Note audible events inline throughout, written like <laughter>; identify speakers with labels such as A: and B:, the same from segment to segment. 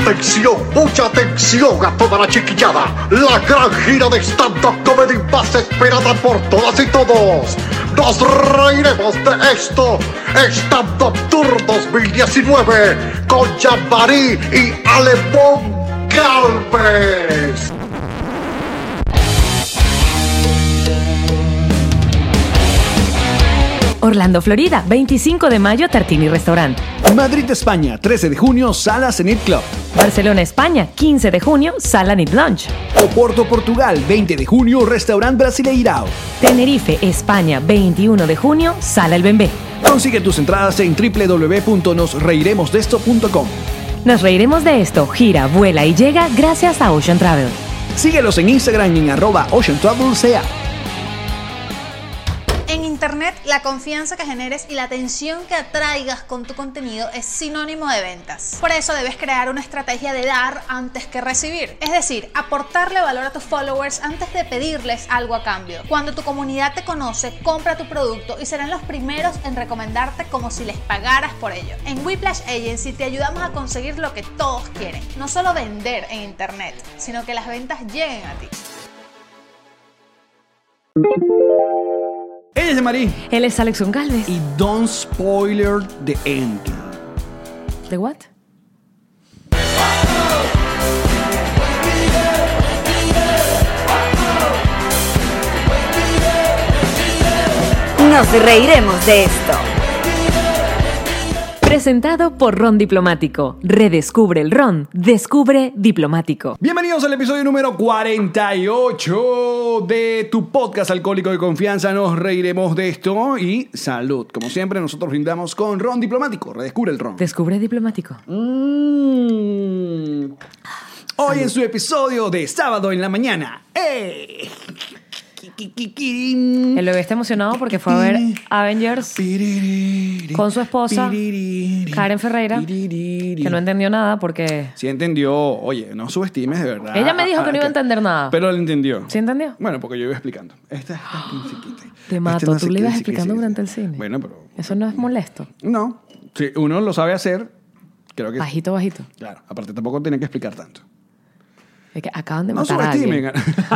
A: Atención, mucha atención a toda la chiquillada. La gran gira de stand-up comedy más esperada por todas y todos. Nos reiremos de esto. Stand-up Tour 2019 con Jean-Marie y Alemón Galvez.
B: Orlando, Florida, 25 de mayo, Tartini Restaurant.
C: Madrid, España, 13 de junio, Sala Cenit Club.
B: Barcelona, España, 15 de junio, Sala Need Lunch.
C: Oporto, Portugal, 20 de junio, Restaurant Brasileirao.
B: Tenerife, España, 21 de junio, Sala El Bembé.
C: Consigue tus entradas en www.nosreiremosdeesto.com.
B: Nos reiremos de esto, gira, vuela y llega gracias a Ocean Travel.
C: Síguelos en Instagram en arroba Ocean Travel CA.
D: En Internet, la confianza que generes y la atención que atraigas con tu contenido es sinónimo de ventas. Por eso debes crear una estrategia de dar antes que recibir. Es decir, aportarle valor a tus followers antes de pedirles algo a cambio. Cuando tu comunidad te conoce, compra tu producto y serán los primeros en recomendarte como si les pagaras por ello. En Whiplash Agency te ayudamos a conseguir lo que todos quieren. No solo vender en Internet, sino que las ventas lleguen a ti.
C: Ella es Marí
B: Él es Alex Goncalves.
C: y Don't Spoiler the End.
B: ¿De what?
E: Nos reiremos de esto.
B: Presentado por Ron Diplomático. Redescubre el Ron. Descubre Diplomático.
C: Bienvenidos al episodio número 48 de tu podcast alcohólico de confianza. Nos reiremos de esto y salud. Como siempre, nosotros brindamos con ron diplomático. Redescubre el ron.
B: Descubre Diplomático.
C: Mm. Hoy en su episodio de sábado en la mañana. ¡Eh! ¡Ey!
E: Mm.
B: El bebé está emocionado porque fue a ver Avengers con su esposa, Karen Ferreira, que no entendió nada porque...
C: Sí entendió, oye, no subestimes de verdad. Ah,
B: Ella me dijo que no iba a
C: que-
B: entender nada.
C: Pero él entendió.
B: ¿Sí entendió? Ah,
C: Bueno, porque yo iba explicando. Esta, esta musiquita. Este
B: Te
C: Esta
B: mato,
C: no sé
B: tú le
C: qué,
B: ibas
C: sí, que
B: explicando
C: sí,
B: durante
C: sí.
B: el cine.
C: Bueno, pero
B: Eso no es molesto.
C: no, si uno lo sabe hacer, creo que
B: Bajito, bajito.
C: Claro, aparte tampoco tiene que explicar tanto.
B: Es que acaban de
C: No
B: matar a alguien.
C: subestimen.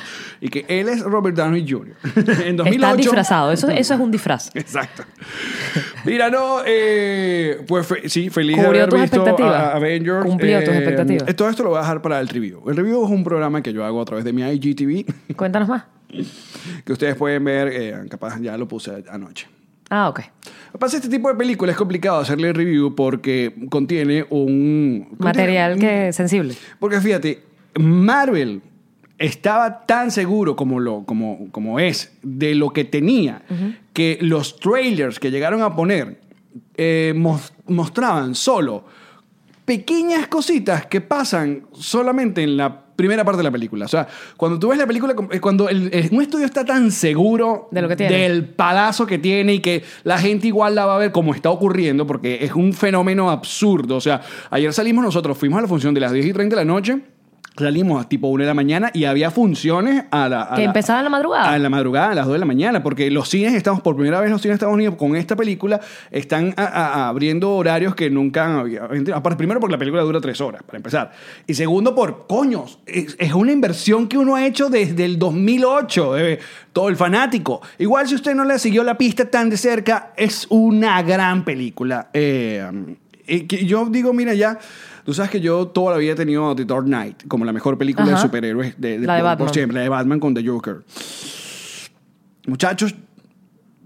C: <laughs> y que él es Robert Downey Jr. <laughs> en 2008.
B: Está disfrazado. Eso, eso es un disfraz.
C: Exacto. Mira, no, eh, pues fe- sí, feliz de
B: Cubrió
C: haber
B: tus
C: visto
B: expectativas.
C: a Avengers.
B: Cumplió tus expectativas.
C: eh, Todo esto lo voy a dejar para el review. El review es un programa que yo hago a través de mi IGTV,
B: <laughs> Cuéntanos más.
C: <laughs> que ustedes pueden ver, eh, capaz ya lo puse anoche.
B: Ah, ok.
C: Lo que pasa es que este tipo de película es complicado hacerle review porque contiene un... contiene
B: Material
C: un-
B: que sensible.
C: Porque fíjate, Marvel estaba tan seguro como, lo, como, como es de lo que tenía, que los trailers que llegaron a poner eh, mos- mostraban solo pequeñas cositas que pasan solamente en la primera parte de la película. O sea, cuando tú ves la película, eh, cuando el- el- un estudio está tan seguro
B: De lo que tiene.
C: del palazo que tiene y que la gente igual la va a ver como está ocurriendo, porque es un fenómeno absurdo. O sea, ayer salimos nosotros, fuimos a la función de las 10 y 30 de la noche. Salimos a tipo 1 de la mañana y había funciones a la... a
B: Que
C: la-
B: empezaban en la madrugada.
C: A la madrugada, a las 2 de la mañana, porque los cines estamos, por primera vez los cines de Estados Unidos con esta película, están a- a- abriendo horarios que nunca había... Aparte, primero porque la película dura 3 horas, para empezar. Y segundo por, coños, es, es una inversión que uno ha hecho desde el 2008, eh, todo el fanático. Igual si usted no le siguió la pista tan de cerca, es una gran película. Eh, eh, que yo digo, mira, ya, tú sabes que yo toda la vida he tenido The Dark Knight como la mejor película de
B: Ajá.
C: superhéroes de,
B: La de
C: por- por
B: Batman.
C: siempre, la de Batman con The Joker. Muchachos,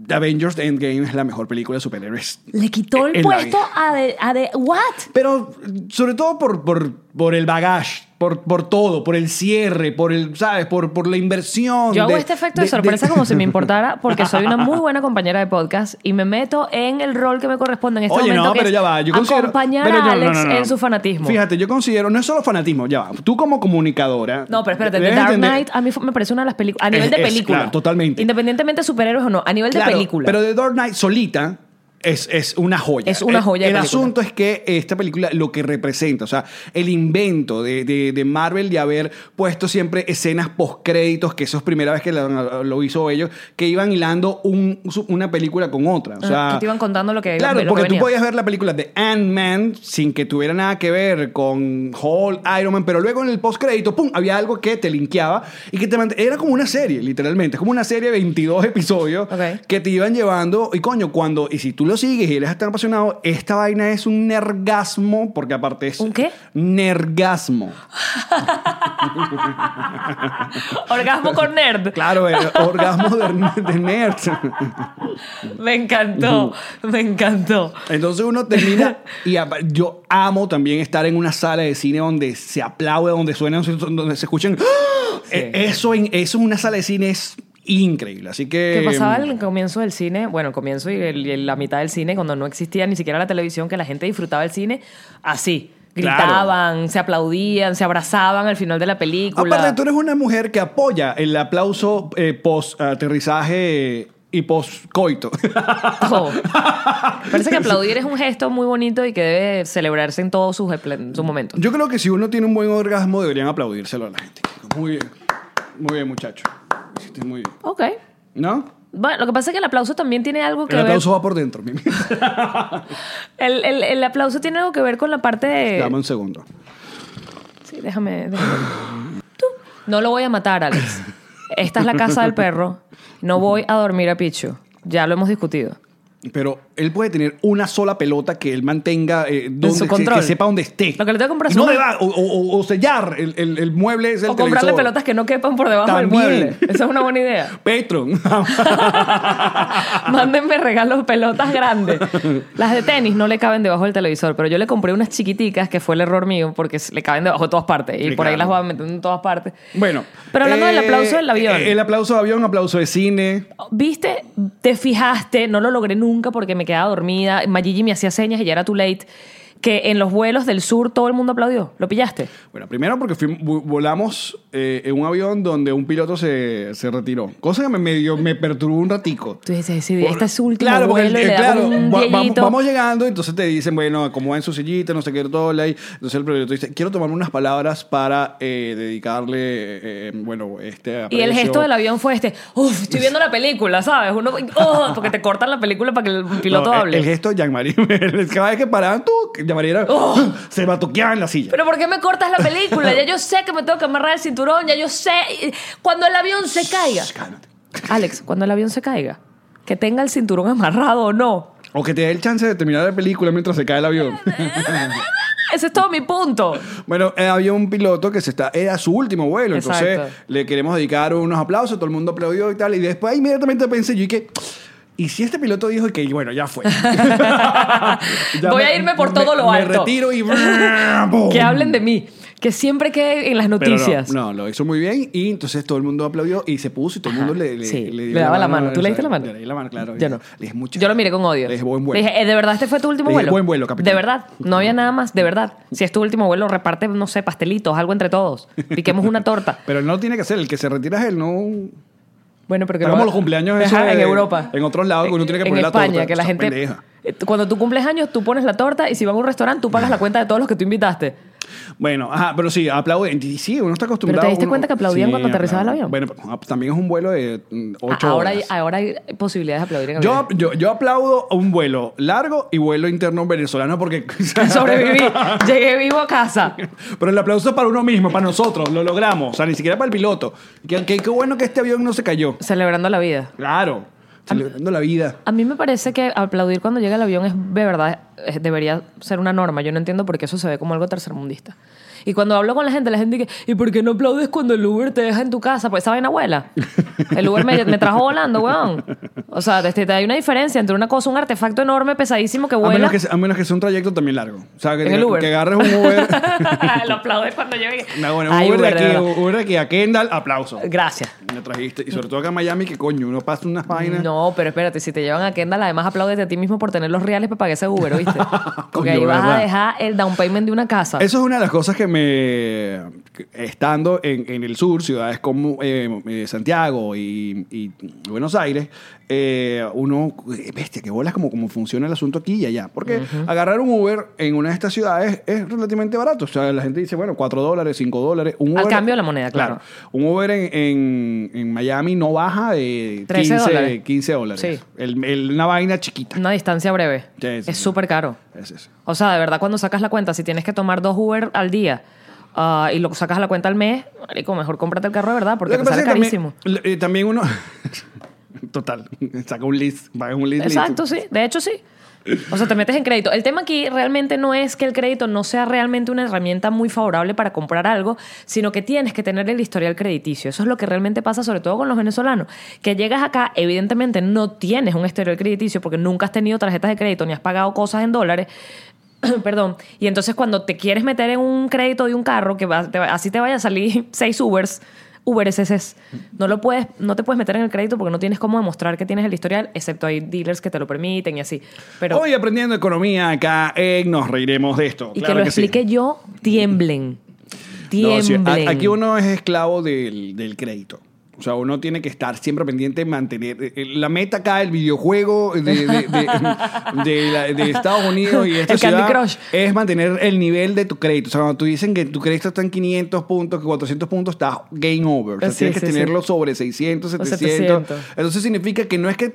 C: The Avengers Endgame es la mejor película de superhéroes.
B: Le quitó el
C: en la
B: puesto
C: vida.
B: a de, a de- ¿What?
C: Pero sobre todo por, por, por el bagaje, Por, por todo, por el cierre, por el, ¿sabes? Por, por la inversión.
B: Yo hago este efecto de, sorpresa como
C: <laughs>
B: si me importara, porque soy una muy buena compañera de podcast y me meto en el rol que me corresponde en este
C: Oye,
B: momento.
C: no,
B: que
C: pero
B: es
C: ya va. Yo considero,
B: acompañar
C: pero yo-
B: a Alex
C: no, no, no.
B: en su fanatismo.
C: Fíjate, yo considero, no es solo fanatismo, ya va. Tú como comunicadora.
B: No, pero espérate, The
C: debes
B: Dark
C: entender-
B: Knight a mí fue- me parece una de las películas. A
C: Es-
B: nivel de
C: es,
B: película.
C: claro, totalmente.
B: Independientemente de superhéroes o no, a nivel de
C: Claro,
B: película.
C: Pero The Dark Knight solita es, es una joya.
B: Es una
C: El-
B: joya de
C: El,
B: película.
C: asunto es que esta película lo que representa, o sea, el invento de, de- de Marvel de haber puesto siempre escenas postcréditos, que eso es primera vez que la- lo hizo ellos, que iban hilando un- su- una película con otra. O sea,
B: Ah, que te iban contando lo que-
C: Claro,
B: lo que
C: porque tú
B: venía.
C: podías ver la película de Ant-Man sin que tuviera nada que ver con Hulk, Iron Man, pero luego en el postcrédito, ¡pum! había algo que te linkeaba y que te mant- Era como una serie, literalmente. Es como una serie de 22 episodios
B: Ok.
C: que te iban llevando. Y coño, cuando. Y si tú lo sigues y eres tan apasionado, esta vaina es un nergasmo, porque aparte es.
B: ¿Un qué?
C: Nergasmo.
B: Orgasmo con nerd.
C: Claro, el orgasmo de, de nerd.
B: Me encantó. Me encantó.
C: Entonces
B: <laughs>
C: uno termina y apa- yo amo también estar en una sala de cine donde se aplaude, donde suenan, donde se escuchan. <gasps> ¡Ah! Eh, Eso en eso en una sala de cine es increíble. Así que mm,
B: ¿Qué pasaba al comienzo del cine? Bueno, el comienzo y, el- y la mitad del cine, cuando no existía ni siquiera la televisión, que la gente disfrutaba el cine así.
C: Claro.
B: Gritaban, se aplaudían, se abrazaban al final de la película.
C: Aparte, tú eres una mujer que apoya el aplauso post-aterrizaje y post-coito.
B: Oh. Parece que aplaudir es un gesto muy bonito y que debe celebrarse en todos sus, esplen- sus momentos.
C: <laughs> Yo creo que si uno tiene un buen orgasmo, deberían aplaudírselo a la gente. Muy bien. Muy bien, muchacho. Hiciste muy bien.
B: Ok.
C: ¿No?
B: Bueno, lo que pasa es que el aplauso también tiene algo que
C: El
B: ver.
C: aplauso va por dentro. mi-
B: <laughs> El, el- el aplauso tiene algo que ver con la parte de.
C: Dame un segundo.
B: Sí, déjame. déjame. Tú. No lo voy a matar, Alex. Esta es la casa del perro. No voy a dormir a Pichu. Ya lo hemos discutido.
C: Pero él puede tener una sola pelota que él mantenga eh, donde,
B: su
C: que-
B: control.
C: Que, sepa dónde esté.
B: Lo que le tengo que comprar
C: Y
B: es
C: no
B: una-
C: le va- o, o- o sellar el, el- el mueble es el
B: o comprarle
C: televisor.
B: pelotas que no quepan por debajo
C: También.
B: del mueble. Esa es una buena
C: <laughs>
B: idea.
C: Patreon. <laughs>
B: Mándenme regalos pelotas grandes. Las de tenis no le caben debajo del televisor, pero yo le compré unas chiquiticas que fue el error mío porque le caben debajo de todas partes y
C: Sí,
B: por ahí las
C: claro.
B: voy a meter en todas partes.
C: bueno.
B: Pero hablando del aplauso del avión.
C: eh, El aplauso de avión, aplauso de cine.
B: Viste, te fijaste, no lo logré nunca porque me quedaba dormida. Mayigi me hacía señas y ya era too late. Que en los vuelos del sur todo el mundo aplaudió. ¿Lo pillaste?
C: Bueno, primero porque fuimos- vo- volamos eh, en un avión donde un piloto se, se retiró. Cosa que me, medio, me perturbó un ratico.
B: Tú dices, sí, este es su último
C: Claro, porque
B: vuelo y
C: eh,
B: le
C: claro,
B: damos un
C: va- vamos,
B: diellito.
C: vamos llegando, entonces te dicen, bueno, acomoda en su sillita, no sé qué, todo ahí. Entonces el piloto dice, quiero tomarme unas palabras para eh, dedicarle, eh, bueno, este
B: Y el
C: aprecio".
B: gesto del avión fue este, uff, estoy viendo la película, ¿sabes? Uno,
C: <laughs>
B: oh, porque te cortan la película para que el piloto
C: No, el-
B: hable.
C: El, gesto de Jean-Marie. <laughs> Cada vez que paraban, tú, Jean-Marie era, <laughs> se batuqueaba en la silla.
B: Oh. Pero ¿por qué me cortas la película?
C: <laughs>
B: Ya yo sé que me tengo que amarrar el cinturón, ya yo sé. Cuando el avión se caiga.
C: Cálmate.
B: Alex, cuando el avión se caiga, que tenga el cinturón amarrado o no.
C: O que te dé el chance de terminar la película mientras se cae
B: <laughs>
C: el avión.
B: Eh, Ese es todo mi punto.
C: Bueno, eh, había un piloto que se está, era su último vuelo, entonces
B: Exacto.
C: le queremos dedicar unos aplausos, todo el mundo aplaudió y tal, y después inmediatamente pensé yo y que, ¿y si este piloto dijo que bueno,
B: <laughs>
C: ya fue? Ya
B: Voy
C: me-
B: a irme por todo lo
C: me- Me
B: alto. <laughs>
C: retiro y... ¡bum!
B: Que hablen de mí. Que siempre quede en las
C: Pero no,
B: noticias.
C: No, lo hizo muy bien y entonces todo el mundo aplaudió y se puso y todo el mundo le, le,
B: Sí,
C: le
B: le,
C: dio
B: daba la mano. ¿Tú le diste la mano?
C: Le di la mano, claro.
B: Yo no.
C: Le dije mucho.
B: Yo lo miré con odio.
C: Le dije buen vuelo.
B: Le dije, eh, ¿de verdad este fue tu último
C: Le dije,
B: vuelo?
C: buen vuelo, capitán.
B: De verdad. No había nada más. De verdad. Si es tu último vuelo, reparte, no sé, pastelitos, algo entre todos. Piquemos una torta.
C: Pero él no lo tiene que hacer, el que se retira es él, no...
B: <laughs> Bueno, pero que
C: Hagamos
B: no-
C: los cumpleaños
B: Ajá,
C: eso
B: en
C: de-
B: Europa.
C: en otros lados, que uno tiene que
B: En
C: poner la
B: España,
C: torta.
B: que la
C: Esa
B: gente...
C: pendeja.
B: eh, Cuando tú cumples años, tú pones la torta y si van a un restaurante, tú pagas la cuenta de todos los que tú invitaste.
C: Bueno, ajá, pero sí, aplauden. Y Sí, uno está acostumbrado.
B: ¿Pero te diste
C: uno-
B: cuenta que aplaudían cuando aterrizaba el
C: aplauden.
B: avión?
C: Bueno, pero ah, también es un vuelo de mm, ocho
B: ahora,
C: horas.
B: Hay, ahora hay posibilidades de aplaudir en
C: yo,
B: avión.
C: yo, yo aplaudo a un vuelo largo y vuelo interno venezolano porque... <laughs>
B: <laughs> Sobreviví. Llegué vivo a casa.
C: Pero el aplauso es para uno mismo, para nosotros, lo logramos. O sea, ni siquiera para el piloto. Que- que- Qué bueno que este avión no se cayó.
B: Celebrando la vida.
C: Claro, celebrando la vida.
B: A mí me parece que aplaudir cuando llega el avión es de verdad, es- debería ser una norma. Yo no entiendo por qué eso se ve como algo tercermundista. Y cuando hablo con la gente, la gente dice, ¿y por qué no aplaudes cuando el Uber te deja en tu casa? Pues esa vaina abuela. El Uber me, me trajo volando, weón. O sea, este, hay una diferencia entre una cosa, un artefacto enorme, pesadísimo que
C: A
B: vuela.
C: Ah, menos, que, sea- a menos que sea un trayecto también largo. O sea, que,
B: En el
C: te-
B: Uber.
C: que agarres
B: <laughs>
C: un Uber. <laughs>
B: Lo aplaudes cuando llegue.
C: no, bueno,
B: Ay,
C: Uber, de aquí,
B: de verdad.
C: Uber de aquí a Kendall, aplauso.
B: Gracias.
C: Me trajiste. Y sobre todo acá en Miami, que coño, uno pasa unas vainas.
B: No, pero espérate, si te llevan a Kendall, además apláudete a ti mismo por tener los reales para pagar ese Uber,
C: <laughs>
B: ¿viste? Porque ahí
C: Coño,
B: vas
C: ¿verdad?
B: a dejar el down payment de una casa.
C: Eso es una de las cosas que me. que Estando en, en el sur, ciudades como eh, eh, Santiago y, y Buenos Aires, eh, uno. eh, Bestia, que bolas como, como funciona el asunto aquí y allá. Porque agarrar un Uber en una de estas ciudades es relativamente barato. O sea, la gente dice, bueno, 4 dólares, 5 dólares. Un
B: Al
C: Uber-
B: cambio de la moneda, claro.
C: Un Uber en, en- en Miami no baja de
B: 13 dólares.
C: 15 dólares.
B: Sí.
C: El- el- una vaina chiquita.
B: Una distancia breve.
C: Sí, sí,
B: es
C: sí.
B: súper caro.
C: Es eso.
B: O sea, de verdad, cuando sacas la cuenta, si tienes que tomar dos Uber al día ah, y lo sacas a la cuenta al mes, marico, mejor cómprate el carro de verdad porque
C: Lo que
B: te
C: pasa
B: sale
C: es que también-
B: carísimo.
C: l- eh, También, uno. <laughs> Total, saca un list, paga un list.
B: Exacto,
C: listo.
B: sí. De hecho, sí. O sea, te metes en crédito. El tema aquí realmente no es que el crédito no sea realmente una herramienta muy favorable para comprar algo, sino que tienes que tener el historial crediticio. Eso es lo que realmente pasa, sobre todo con los venezolanos. Que llegas acá, evidentemente no tienes un historial crediticio porque nunca has tenido tarjetas de crédito ni has pagado cosas en dólares. <clears throat> Perdón. Y entonces cuando te quieres meter en un crédito de un carro, que va- te va- así te vaya a salir <laughs> seis Ubers, Uber SSS, no, lo puedes, no te puedes meter en el crédito porque no tienes cómo demostrar que tienes el historial, excepto hay dealers que te lo permiten y así. Pero,
C: Hoy aprendiendo economía acá, en nos reiremos de esto.
B: y
C: claro
B: que lo
C: sí.
B: explique yo, tiemblen. Tiemblen.
C: No, sí, a- aquí uno es esclavo del, del crédito. O sea, uno tiene que estar siempre pendiente de mantener. eh, eh, La meta acá, el videojuego de, de- de-
B: <laughs>
C: de la- de Estados Unidos y esta
B: El Candy
C: ciudad
B: Crush.
C: es mantener el nivel de tu crédito. O sea, cuando tú dicen que tu crédito está en 500 puntos, que 400 puntos, estás game over. O sea,
B: Sí,
C: tienes
B: sí,
C: que
B: sí.
C: tenerlo sobre 600,
B: O
C: 700.
B: 700.
C: Entonces significa que no es que.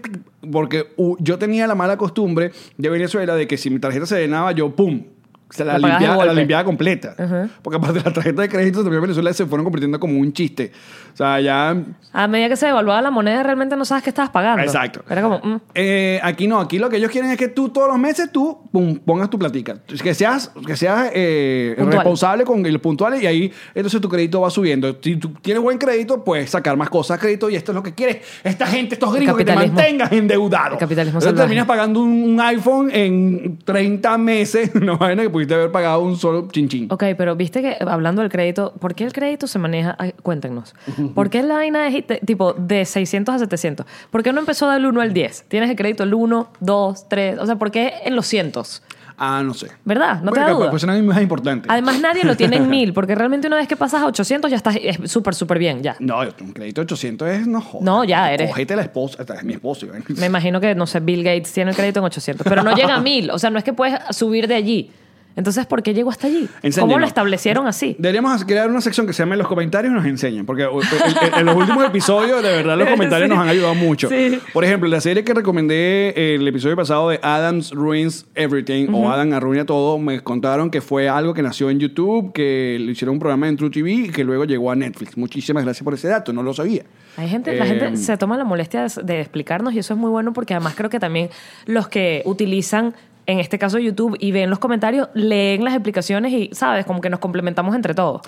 C: Porque u- yo tenía la mala costumbre de Venezuela de que si mi tarjeta se llenaba, yo ¡pum! Se la,
B: La pagabas de
C: limpiaba, la
B: golpe.
C: limpiaba completa. Porque aparte las tarjetas de crédito también en Venezuela se fueron convirtiendo como un chiste. O sea, ya...
B: A medida que se devaluaba la moneda, realmente no sabes qué estabas pagando.
C: Exacto.
B: Era como... mm.
C: Eh, aquí no, aquí lo que ellos quieren es que tú todos los meses tú pum, pongas tu platica. Que seas, que seas eh,
B: Puntual.
C: responsable con el puntual y ahí entonces tu crédito va subiendo. Si tú tienes buen crédito, puedes sacar más cosas a crédito y esto es lo que quieres. Esta gente, estos gringos que te
B: capitalismo.
C: mantengas endeudado.
B: El capitalismo
C: Entonces
B: salvaje.
C: terminas pagando un, un iPhone en 30 meses, <laughs> no vaina que pudiste haber pagado un solo chinchín.
B: Ok, pero viste que hablando del crédito, ¿por qué el crédito se maneja? ay, cuéntenos. ¿Por qué la vaina es de- tipo de 600 a 700? ¿Por qué no empezó del 1 al 10? Tienes el crédito el 1, 2, 3. O sea, ¿por qué en los cientos?
C: Ah, no sé.
B: ¿Verdad? No te
C: Bueno,
B: da
C: capaz,
B: duda.
C: Pues es más importante.
B: Además, nadie lo tiene
C: <laughs>
B: en 1000, porque realmente una vez que pasas a 800 ya estás es súper, súper bien, ya.
C: No, un crédito de 800 es no jodas.
B: No, ya eres.
C: Cogete la esposa, esta es mi esposo. ¿eh? Iván.
B: Me imagino que, no sé, Bill Gates tiene el crédito en 800, pero no
C: <laughs>
B: llega a 1000. O sea, no es que puedes subir de allí. Entonces, ¿por qué llegó hasta allí? ¿Cómo lo
C: Enséñenos.
B: establecieron así?
C: Deberíamos crear una sección que se llame Los comentarios nos enseñan, porque eh, eh, en los últimos episodios, de verdad, los comentarios
B: <laughs> Sí.
C: nos han ayudado mucho.
B: Sí.
C: Por ejemplo, la serie que recomendé eh, el episodio pasado de Adams Ruins Everything o Adam Arruina Todo, me contaron que fue algo que nació en YouTube, que le hicieron un programa en True TV y que luego llegó a Netflix. Muchísimas gracias por ese dato, no lo sabía.
B: Hay gente, la
C: Eh,
B: gente se toma la molestia de, de explicarnos y eso es muy bueno porque además creo que también los que utilizan en este caso YouTube y ven los comentarios, leen las explicaciones y sabes, como que nos complementamos entre todos.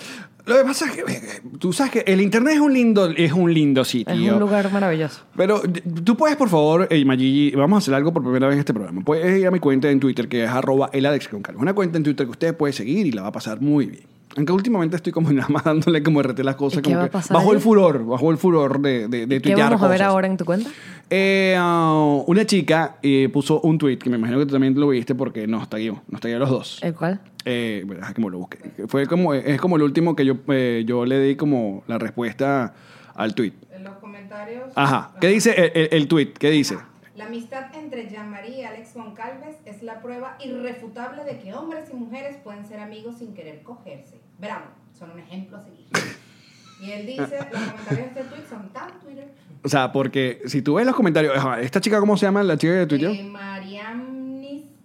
C: Lo que pasa es que eh, tú sabes que el internet es un lindo, es un lindo sitio.
B: Es un lugar maravilloso.
C: Pero d- tú puedes, por favor, eh, Magigi, vamos a hacer algo por primera vez en este programa. Puedes ir a mi cuenta en Twitter, que es arroba eladex con calma. Una cuenta en Twitter que ustedes pueden seguir y la va a pasar muy bien. Aunque últimamente estoy como <laughs> nada más dándole como RT las cosas.
B: ¿Y qué
C: como
B: va a
C: que
B: pasar
C: bajo el
B: allí?
C: furor, bajo el furor de, de, de
B: ¿Qué
C: tuitear
B: vamos a ver
C: cosas.
B: ahora en tu cuenta?
C: Eh, ah, una chica eh, puso un tweet que me imagino que tú también lo viste porque nos taguió, nos taguió a los dos.
B: ¿El cual?
C: Eh, bueno, deja que me lo busque. Fue como, es como el último que yo, eh, yo le di como la respuesta al tweet. En los comentarios. Ajá. ¿Qué dice el, el, el tweet? ¿Qué dice?
E: La amistad entre Jean-Marie y Alex Goncalves es la prueba irrefutable de que hombres y mujeres pueden ser amigos sin querer cogerse. Bravo, son un ejemplo a seguir. Y él dice, los comentarios de este tweet son tan Twitter.
C: O sea, porque si tú ves los comentarios, ajá, esta chica, ¿cómo se llama la chica de Twitter?
E: Eh, Mariamnis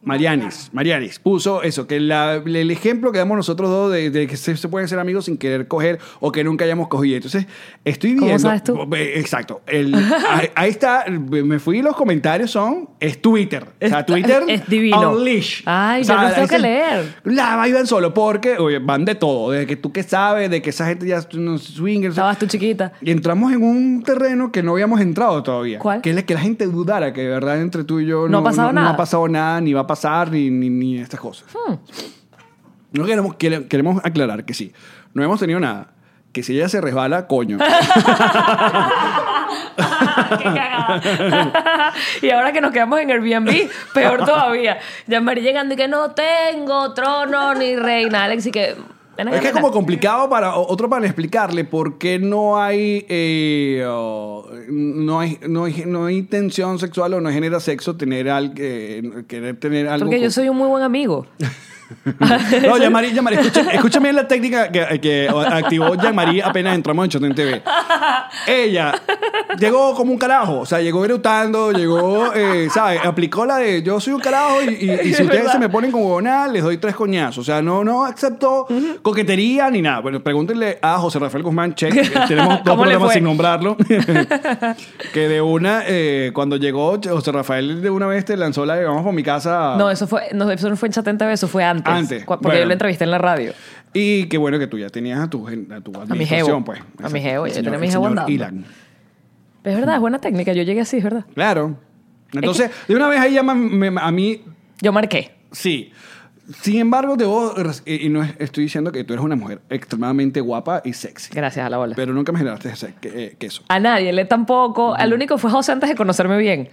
C: Marianis, Marianis, puso eso, que la- el ejemplo que damos nosotros dos de, de que se, se pueden ser amigos sin querer coger o que nunca hayamos cogido. Entonces, estoy viendo...
B: ¿Cómo sabes tú?
C: Eh, Exacto. El- ahí, ahí está, me fui y los comentarios son, es Twitter. O sea,
B: Es-
C: Twitter...
B: es divino.
C: Unleash.
B: Ay, yo los tengo que leer.
C: La ahí van solo, porque oye, van de todo, de que tú que sabes, de que esa gente ya es unos swingers.
B: Estabas tú
C: <laughs>
B: chiquita.
C: Y entramos en un terreno que no habíamos entrado todavía.
B: ¿Cuál?
C: Que es la- que la gente dudara que de verdad entre tú y yo
B: No ha pasado
C: No ha
B: nada. Hmm.
C: pasado nada, ni va a pasar, ni, ni, ni estas cosas. No queremos, quere- queremos aclarar que sí. No hemos tenido nada. Que si ella se
B: <laughs>
C: resbala, coño. Ah,
B: ¡Qué cagada! <laughs> y ahora que nos quedamos en Airbnb, peor todavía. Ya María llegando y que no tengo trono ni reina. Alex y que... ven acá,
C: es que
B: ven
C: es como
B: acá.
C: complicado para o- otro para explicarle por qué no hay, eh, oh, no, hay, no, hay no hay intención sexual o no genera sexo tener al, eh, querer tener algo.
B: Porque yo
C: con-
B: soy un muy buen amigo.
C: No, Yamari, Yamari,
B: <laughs>
C: escucha, escucha bien la técnica que, que activó Yamari apenas entramos en Chotén TV. Ella llegó como un carajo, o sea, llegó eructando, llegó, eh, ¿sabes? Aplicó la de yo soy un carajo y,
B: <laughs>
C: y- y si ustedes se me ponen con huevonada, les doy tres coñazos. O sea, no, no aceptó coquetería ni nada. Bueno, pregúntenle a José Rafael
B: <laughs>
C: Guzmán, check, tenemos dos
B: ¿Cómo le
C: problemas
B: fue? <laughs>
C: sin nombrarlo. que de una, eh, cuando llegó José Rafael de una vez te lanzó la de vamos por mi casa.
B: No, eso fue, no, eso no fue en Chatén TV, eso fue antes.
C: Antes,
B: Cu- Porque
C: bueno.
B: yo lo entrevisté en la radio.
C: Y qué bueno que tú ya tenías a tu, gen- a tu administración,
B: jevo.
C: pues.
B: A mi jevo,
C: El
B: ya
C: señor-
B: tenía a mi
C: el
B: jevo
C: señor
B: andando.
C: Ilan.
B: Pero es verdad, es buena técnica. Yo llegué así, es verdad.
C: Claro. Entonces, de una vez ahí llaman me- a mí,
B: Yo marqué.
C: sí. Sin embargo, debo, res- y y no es- estoy diciendo que tú eres una mujer extremadamente guapa y sexy.
B: Gracias a la bola.
C: Pero nunca me generaste ese que- eh, queso.
B: a nadie, le tampoco. Al único fue José antes de conocerme bien.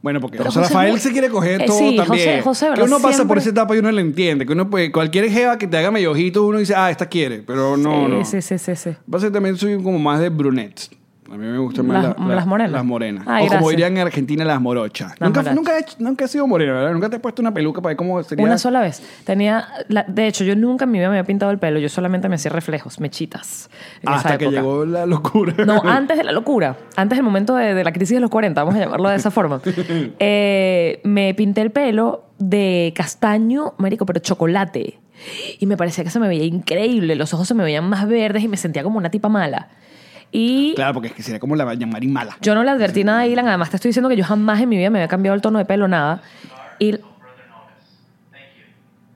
C: Bueno, porque
B: Pero
C: José,
B: José
C: Rafael
B: muy-
C: se quiere coger
B: Eh,
C: todo
B: sí, José-
C: también.
B: José,
C: que
B: ¿verdad?
C: uno pasa por
B: Siempre-
C: esa etapa y uno lo entiende. Que uno puede, cualquier jeva que te haga medio ojitos, uno dice, ah, esta quiere. Pero no,
B: sí,
C: no.
B: sí, sí, sí, sí.
C: Pasa que también soy como más de brunettes. A mí me gustan más
B: Las-
C: la- la-
B: las morenas.
C: Las morenas.
B: Ay,
C: o como
B: gracias.
C: dirían en Argentina, las morochas.
B: Las
C: nunca,
B: morochas.
C: Nunca, he hecho- nunca he sido morena, ¿verdad? Nunca te he puesto una peluca para ver cómo sería.
B: Una sola vez. Tenía, la- de hecho, yo nunca en mi vida me había pintado el pelo. Yo solamente me hacía reflejos, mechitas. en esa
C: Hasta que
B: época.
C: llegó la locura. <laughs>
B: No, antes de la locura, antes del momento de, de la crisis de los 40, vamos a llamarlo de esa forma, eh, me pinté el pelo de castaño, marico, pero chocolate. Y me parecía que se me veía increíble, los ojos se me veían más verdes y me sentía como una tipa mala. Y
C: Claro, porque es que sería como la llamar mala.
B: yo no le advertí nada a Ilan, además te estoy diciendo que yo jamás en mi vida me había cambiado el tono de pelo, nada. Y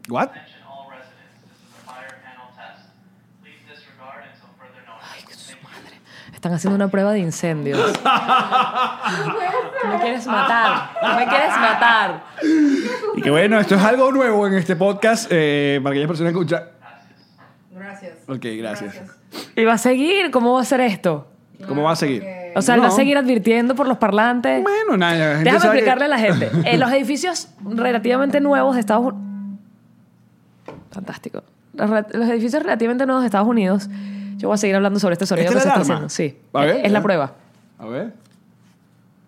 C: ¿What?
F: Attention all residents, this is a fire panel test. Please disregard until further notice.
B: están haciendo una prueba de incendios. me quieres matar, me quieres matar.
C: Y que bueno, esto es algo nuevo en este podcast eh, para aquellas personas que escuchan.
E: Gracias.
C: Ok, gracias.
B: Y va a seguir, ¿cómo va a ser esto?
C: ¿Cómo va a seguir?
E: porque-
B: O sea, él va a
C: No.
B: seguir advirtiendo por los parlantes.
C: Bueno, nada. la gente
B: Déjame
C: sabe que-
B: explicarle a la gente.
C: <laughs>
B: En los edificios relativamente nuevos de Estados Unidos. Fantástico. Los, re- los edificios relativamente nuevos de Estados Unidos. Yo voy a seguir hablando sobre este sonido
C: ¿Esta
B: que
C: es
B: se
C: la
B: está
C: alarma?
B: haciendo. Sí.
C: A ver,
B: es
C: eh.
B: la prueba.
C: A ver.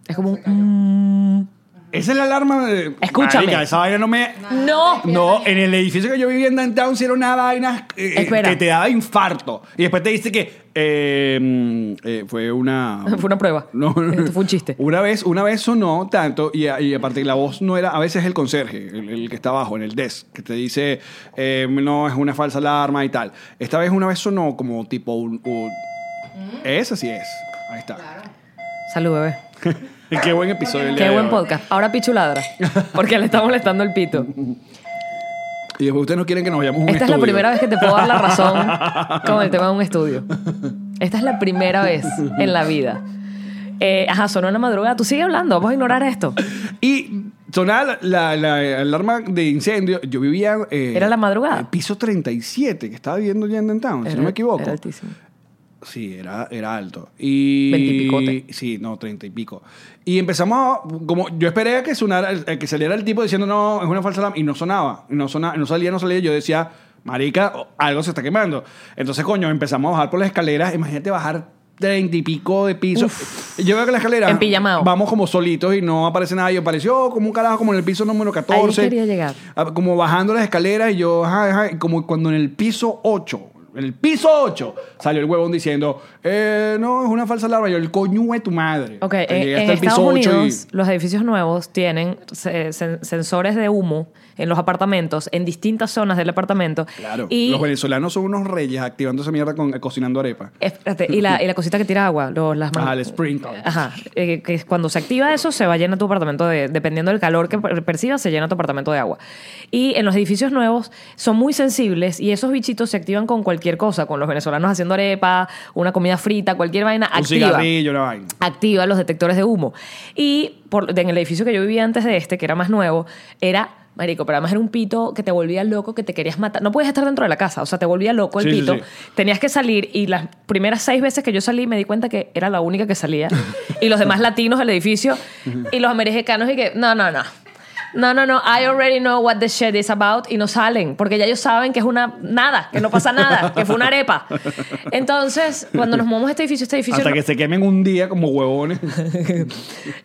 B: Es como un. mm.
C: Esa es la alarma de.
B: Escúchame.
C: Marica, esa vaina no me.
B: No.
C: No, en el edificio que yo vivía en Downtown sí era una vaina eh,
B: Espera.
C: que te daba infarto. Y después te dice que eh, mm, eh, fue una...
B: <laughs> <laughs> Fue una prueba.
C: <laughs> No, Uh. no.
B: Esto fue un chiste.
C: Una vez, una vez sonó tanto y, a- y aparte la voz no era, a veces el conserje, el, el que está abajo, en el desk, que te dice, eh, no, es una falsa alarma y tal. Esta vez una vez sonó como tipo un... un-
B: ¿Mm?
C: Esa sí es. Ahí está.
B: Salud, bebé.
C: Y Qué buen episodio. el
B: Qué
C: día de
B: buen
C: hoy.
B: podcast. Ahora Pichu ladra. Porque le está molestando el pito.
C: Y después ustedes no quieren que nos vayamos a un
B: Esta es la
C: estudio.
B: primera vez que te puedo dar la razón
C: <laughs>
B: con el tema de un estudio. Esta es la primera vez en la vida. Eh, ajá, sonó en la madrugada. Tú sigue hablando, vamos a ignorar esto.
C: Y sonaba la, la- la alarma de incendio. Yo vivía. eh,
B: Era la madrugada.
C: El piso 37, que estaba viviendo ya en Downtown, si
B: Era-
C: no me equivoco.
B: era altísimo.
C: Sí, era, era alto. Y.
B: 20 y picote.
C: Sí, no, 30 y pico. Y empezamos. a- como Yo esperé a que, sonara, a que saliera el tipo diciendo, no, es una falsa alarma. Y no sonaba. Y no, sonaba, no salía, no salía. Yo decía, Marica, o- algo se está quemando. Entonces, coño, empezamos a bajar por las escaleras. Imagínate bajar 30 y pico de piso. Yo veo que la escalera.
B: Empijamao.
C: Vamos como solitos y no aparece nadie. Apareció como un carajo, como en el piso número 14.
B: Ahí quería llegar.
C: Ah, Como bajando las escaleras y yo, ajá, ajá, y como cuando en el piso 8 En el piso 8 salió el huevón diciendo, eh, no, es una falsa alarma. Yo, el coño de tu madre.
B: Ok,
C: Te
B: en,
C: llegué
B: en
C: hasta el
B: Estados
C: piso ocho y-
B: Unidos los edificios nuevos tienen se- sen- sensores de humo en los apartamentos, en distintas zonas del apartamento.
C: Claro,
B: Y,
C: los venezolanos son unos reyes activando esa mierda con, eh, cocinando arepa.
B: espérate, y, la, y la cosita que tira agua, los- las man-
C: Ajá, Ah, el sprinkler.
B: Ajá, eh, que es cuando se activa eso se va a llenar tu apartamento de, dependiendo del calor que per- percibas se llena tu apartamento de agua. Y en los edificios nuevos son muy sensibles y esos bichitos se activan con cualquier cosa, con los venezolanos haciendo arepa, una comida frita, cualquier vaina
C: Un
B: activa
C: cigarrillo, una vaina.
B: activa los detectores de humo. Y por, en el edificio que yo vivía antes de este, que era más nuevo, era, marico, pero además era un pito que te volvía loco, que te querías matar. No podías estar dentro de la casa, o sea, te volvía loco el
C: Sí, sí,
B: pito.
C: sí.
B: Tenías que salir y las primeras seis veces que yo salí me di cuenta que era la única que
C: <laughs>
B: salía. y los demás latinos del edificio y los americanos y que, no, no, no. No, no, no, I already know what the shit is about y no salen, porque ya ellos saben que es una nada, que no pasa nada, que fue una arepa. Entonces, cuando nos movimos a este edificio, este edificio
C: Hasta
B: no-
C: que se quemen un día como
B: <laughs>
C: huevones.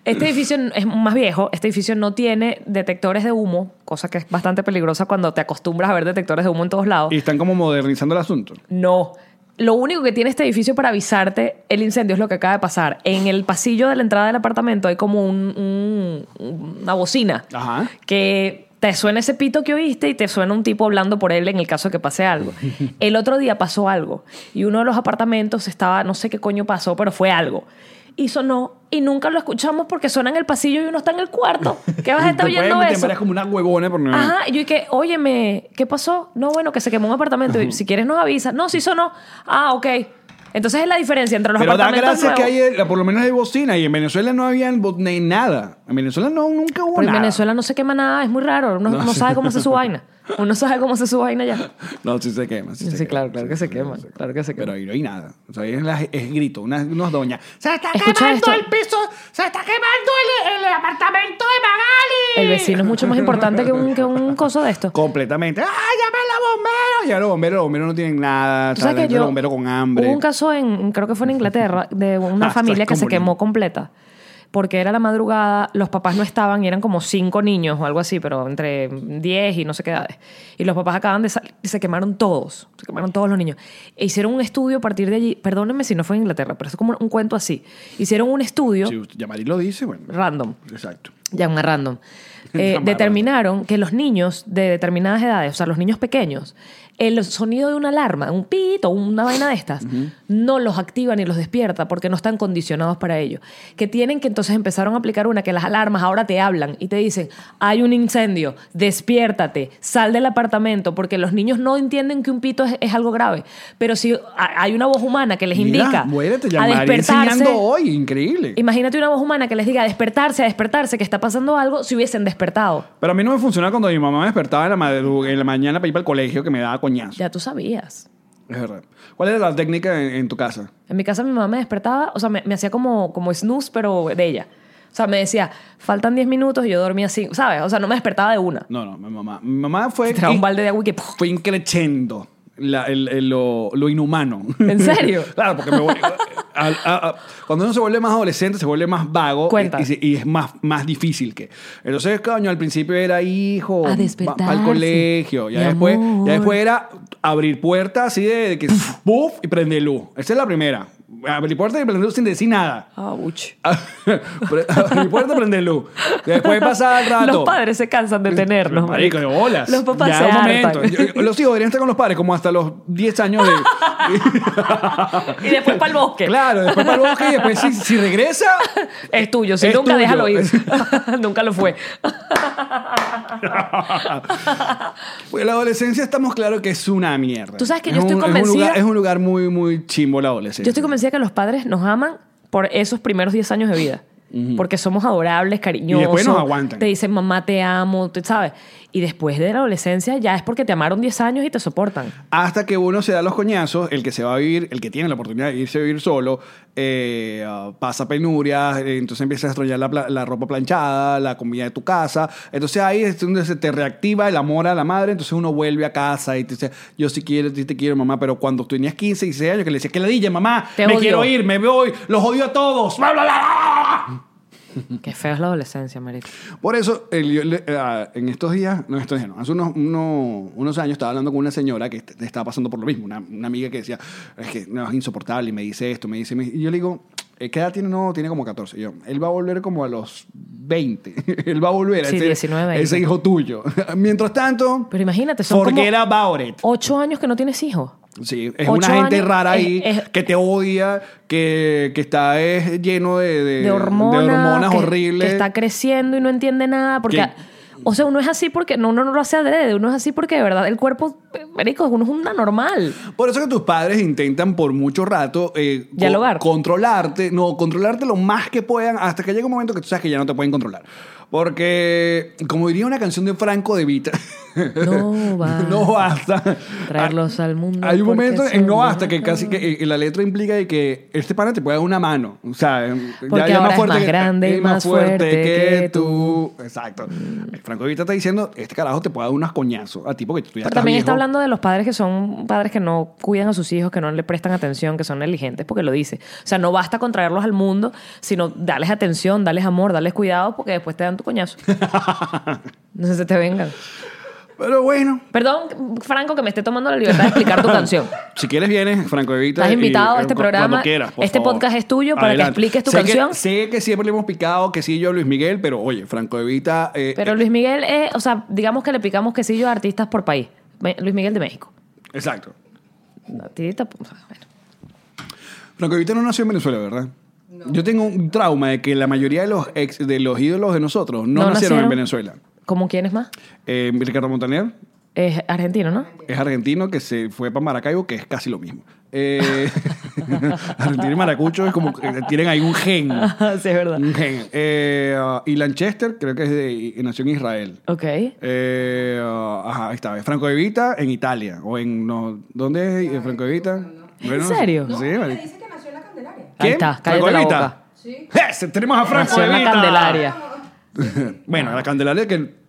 B: este edificio es más viejo, este edificio no tiene detectores de humo, cosa que es bastante peligrosa cuando te acostumbras a ver detectores de humo en todos lados.
C: y están como modernizando el asunto.
B: No. Lo único que tiene este edificio para avisarte el incendio es lo que acaba de pasar. En el pasillo de la entrada del apartamento hay como un- un- una bocina
C: Ajá.
B: que te suena ese pito que oíste y te suena un tipo hablando por él en el caso de que pase
C: <laughs>
B: algo. El otro día pasó algo y uno de los apartamentos estaba, no sé qué coño pasó, pero fue algo. Y sonó y nunca lo escuchamos porque suena en el pasillo y uno está en el cuarto. ¿Qué
C: <laughs>
B: vas a estar
C: Tú puedes
B: oyendo
C: meter
B: eso?
C: varias como una huevona por no.
B: Ajá, y yo dije, óyeme, ¿qué pasó? No, bueno, que se quemó un apartamento. Y si quieres nos avisa. No, sí sonó. Ah, ok. Entonces es la diferencia entre los
C: Pero da
B: apartamentos
C: gracias que
B: nuevos.
C: hay, eh, por lo menos hay bocina. Y en Venezuela no había bo- ni nada. En Venezuela no, nunca hubo
B: Pero en
C: nada.
B: Venezuela no se quema nada, es muy raro. Uno no, sabe cómo
C: <laughs>
B: hace su vaina. Uno sabe cómo hace su vaina ya.
C: No, sí se quema. Sí,
B: Sí,
C: se quema,
B: claro, claro que se quema,
C: sí
B: claro que se quema.
C: Pero ahí no hay nada. O sea, ahí es, la- es grito, unas, unos doñas. ¡Se está
B: Escucha
C: quemando
B: esto.
C: el piso! ¡Se está quemando el, el apartamento de Magali!
B: El vecino es mucho más importante que un, que
C: <laughs>
B: un coso de esto.
C: Completamente. ¡Ah, llame a los bomberos! Ya los bomberos, los bomberos no tienen nada.
B: ¿Tú sabes que yo-
C: los bomberos con hambre.
B: Hubo un caso en, creo que
C: <laughs>
B: fue en Inglaterra, de una
C: Ah,
B: familia
C: estás
B: que se
C: como niño.
B: quemó completa. Porque era la madrugada, los papás no estaban y eran como cinco niños o algo así, pero entre 10 y no sé qué edades. Y los papás acaban de salir y se quemaron todos, se quemaron todos los niños. E hicieron un estudio a partir de allí, perdónenme si no fue en Inglaterra, pero es como un cuento así. Hicieron un estudio
C: Si usted- Yamari lo dice, bueno.
B: random,
C: Exacto.
B: llama
C: <laughs>
B: random. Eh,
C: Llama
B: determinaron que los niños de determinadas edades, o sea, los niños pequeños, el sonido de una alarma, un pito, una vaina de estas, no los activa ni los despierta porque no están condicionados para ello. Que tienen que entonces empezaron a aplicar una que las alarmas ahora te hablan y te dicen, hay un incendio, despiértate, sal del apartamento, porque los niños no entienden que un pito es, es algo grave. Pero si ha- hay una voz humana que les
C: Mira,
B: indica
C: Muérete,
B: a
C: Yamari.
B: despertarse,
C: Enseñando hoy, increíble.
B: Imagínate una voz humana que les diga a despertarse, a despertarse, que está pasando algo, si hubiesen despertado.
C: Pero a mí no me funcionaba cuando mi mamá me despertaba en la, madru- en la mañana para ir para el colegio que me daba coñazo.
B: Ya tú sabías.
C: Es verdad. ¿Cuál era la técnica en, en tu casa?
B: En mi casa mi mamá me despertaba, o sea, me, me hacía como, como snooze, pero de ella. O sea, me decía, faltan 10 minutos y yo dormía así, ¿sabes? O sea, no me despertaba de una.
C: No, no, mi mamá. Mi mamá fue.
B: Te daba un balde de agua y que... ¡puf!
C: Fue increchendo lo, lo inhumano.
B: ¿En serio?
C: <laughs> claro, porque me volví- al- a- a- cuando uno se vuelve más adolescente, se vuelve más vago. y-
B: Cuenta.
C: Y, se- y es más, más difícil que. Entonces, coño, al principio era hijo.
B: A
C: Al
B: despertarse,
C: colegio.
B: mi
C: Ya después,
B: amor.
C: ya después era abrir puertas así de, de que. ¡Puf! Y prende luz. Esa es la primera. Abrir puertas y prender luz sin decir nada. <laughs>
B: Ouch.
C: Pre- <laughs> abrir puertas, prender luz. Después pasaba el rato.
B: Los padres se cansan de tenernos.
C: Marico, de bolas.
B: Los papás
C: Ya,
B: se
C: un
B: hartan.
C: momento. Yo- Los hijos deberían estar con los padres como hasta los 10 años de.
B: <laughs> Y después pa'l bosque.
C: Claro, después para el bosque y después si,
B: <laughs>
C: si regresa.
B: Es tuyo, si
C: Es
B: nunca
C: tuyo.
B: déjalo
C: <laughs>
B: ir. <laughs> nunca lo fue. <laughs>
C: Pues la adolescencia estamos claros que es una mierda.
B: Tú sabes que
C: Es
B: yo estoy
C: un- Es un,
B: convencida-
C: lugar, es un lugar muy, muy chimbo la adolescencia.
B: Yo estoy convencida que los padres nos aman por esos primeros 10 años de vida. Porque somos adorables, cariñosos.
C: Y después nos aguantan.
B: Te dicen, mamá, te amo, tú sabes. Y después de la adolescencia ya es porque te amaron 10 años y te soportan.
C: Hasta que uno se da los coñazos, el que se va a vivir, el que tiene la oportunidad de irse a vivir solo, eh, ah, pasa penurias, eh, entonces empiezas a extrañar la, pla- la ropa planchada, la comida de tu casa. Entonces ahí es donde se te reactiva el amor a la madre, entonces uno vuelve a casa y te dice, yo sí quiero, sí te quiero, mamá, pero cuando tú tenías 15, 16 años, que le decías, que la dije, mamá,
B: Te
C: me
B: odio".
C: quiero ir, me voy, los odio a todos, bla, bla, bla, bla, bla, bla".
B: Qué feo es la adolescencia, marico.
C: Por eso, el- yo le- ah, en estos días, no, estos días no, hace unos, unos, unos años estaba hablando con una señora que est- estaba pasando por lo mismo, una, una amiga que decía, es que no, es insoportable y me dice esto, me dice, me- y yo le digo, "Eh, ¿qué edad tiene? No, tiene como 14. Y yo, él va a volver como a los 20. <laughs> él va a volver a
B: Sí,
C: ese,
B: 19, 20.
C: ese hijo tuyo. <laughs> Mientras tanto,
B: Pero imagínate, son como-
C: forget about it.
B: Ocho años que no tienes hijos.
C: Sí, es
B: Ocho
C: una gente
B: años,
C: rara
B: es-
C: ahí
B: es-
C: que te odia, que, que está es lleno de, Eh, de,
B: de hormonas,
C: de hormonas
B: que-
C: horribles.
B: que está creciendo y no entiende nada porque
C: ¿Quién?
B: o sea uno es así porque no uno no lo hace adrede uno es así porque de verdad el cuerpo eh, marico uno es un
C: <laughs>
B: anormal
C: Por eso que tus padres intentan por mucho rato eh, co-
B: Dialogar.
C: controlarte, no, controlarte lo más que puedan hasta que llega un momento que tú sabes que ya no te pueden controlar. Porque, como diría una canción de Franco de Vita,
B: No basta.
C: <laughs> no basta.
B: Traerlos al mundo
C: Ah, Hay un
B: porque
C: momento
B: son
C: en no basta que
B: malos.
C: casi que eh, la letra implica de que este pana te puede dar una mano. O sea, eh,
B: Porque ahora es más
C: que-
B: grande y
C: es
B: más fuerte que Mm.
C: tú. Exacto. El Franco de Vita está diciendo, este carajo te puede dar unos coñazos a ti porque tú ya
B: pero
C: estás
B: también está
C: viejo.
B: hablando de los padres que son padres que no cuidan a sus hijos, que no le prestan atención, que son negligentes, porque lo dice. O sea, no basta con traerlos al mundo, sino darles atención, darles amor, darles cuidado, porque después te dan tu
C: <laughs>
B: coñazo. no sé si te vengan.
C: Pero bueno,
B: Perdón, Franco, que me esté tomando la libertad de explicar tu
C: <laughs>
B: canción.
C: Si quieres vienes, Franco Evita.
B: Estás invitado a
C: y, eh,
B: este
C: cu-
B: programa.
C: cuando quieras, por
B: Este
C: favor.
B: podcast es tuyo para que expliques tu
C: Sé que-
B: canción.
C: sé que siempre le hemos picado que sí yo a Luis Miguel, pero oye, Franco Evita... eh,
B: Pero
C: eh,
B: Luis Miguel es, o sea, digamos que le picamos que sí yo a artistas por país. Me- Luis Miguel de México.
C: exacto.
B: Artista, o sea, bueno.
C: Franco Evita no nació en Venezuela, ¿verdad? Yo tengo un trauma de que la mayoría de los ex, de los ídolos de nosotros no,
B: No
C: nacieron,
B: nacieron.
C: en Venezuela.
B: ¿Cómo quién es más?
C: Eh, Ricardo Montaner
B: Es argentino,
C: <laughs>
B: ¿no?
C: es argentino que se fue para Maracaibo, que es casi lo mismo. Eh, <laughs> argentino y maracucho es como que tienen ahí un gen.
B: sí, es verdad.
C: Un gen. Eh, ah, y Lanchester creo que es de, y nació en Israel.
B: Ok.
C: Eh, ah, ajá, ahí está. Es Franco Evita en Italia. O en. No, ¿Dónde es Franco Evita? Bueno,
B: serio?
C: Sí,
E: Me
C: marico.
E: dice que nació en la Candelaria.
B: Ahí
C: ¿Quién?
B: está, cállate
C: ¿Franco
B: la
C: Evita?
B: boca.
E: Sí.
C: ¡Ese! Tenemos a Franco
B: Nació en la
C: Evita.
B: Candelaria.
C: Bueno, la Candelaria que.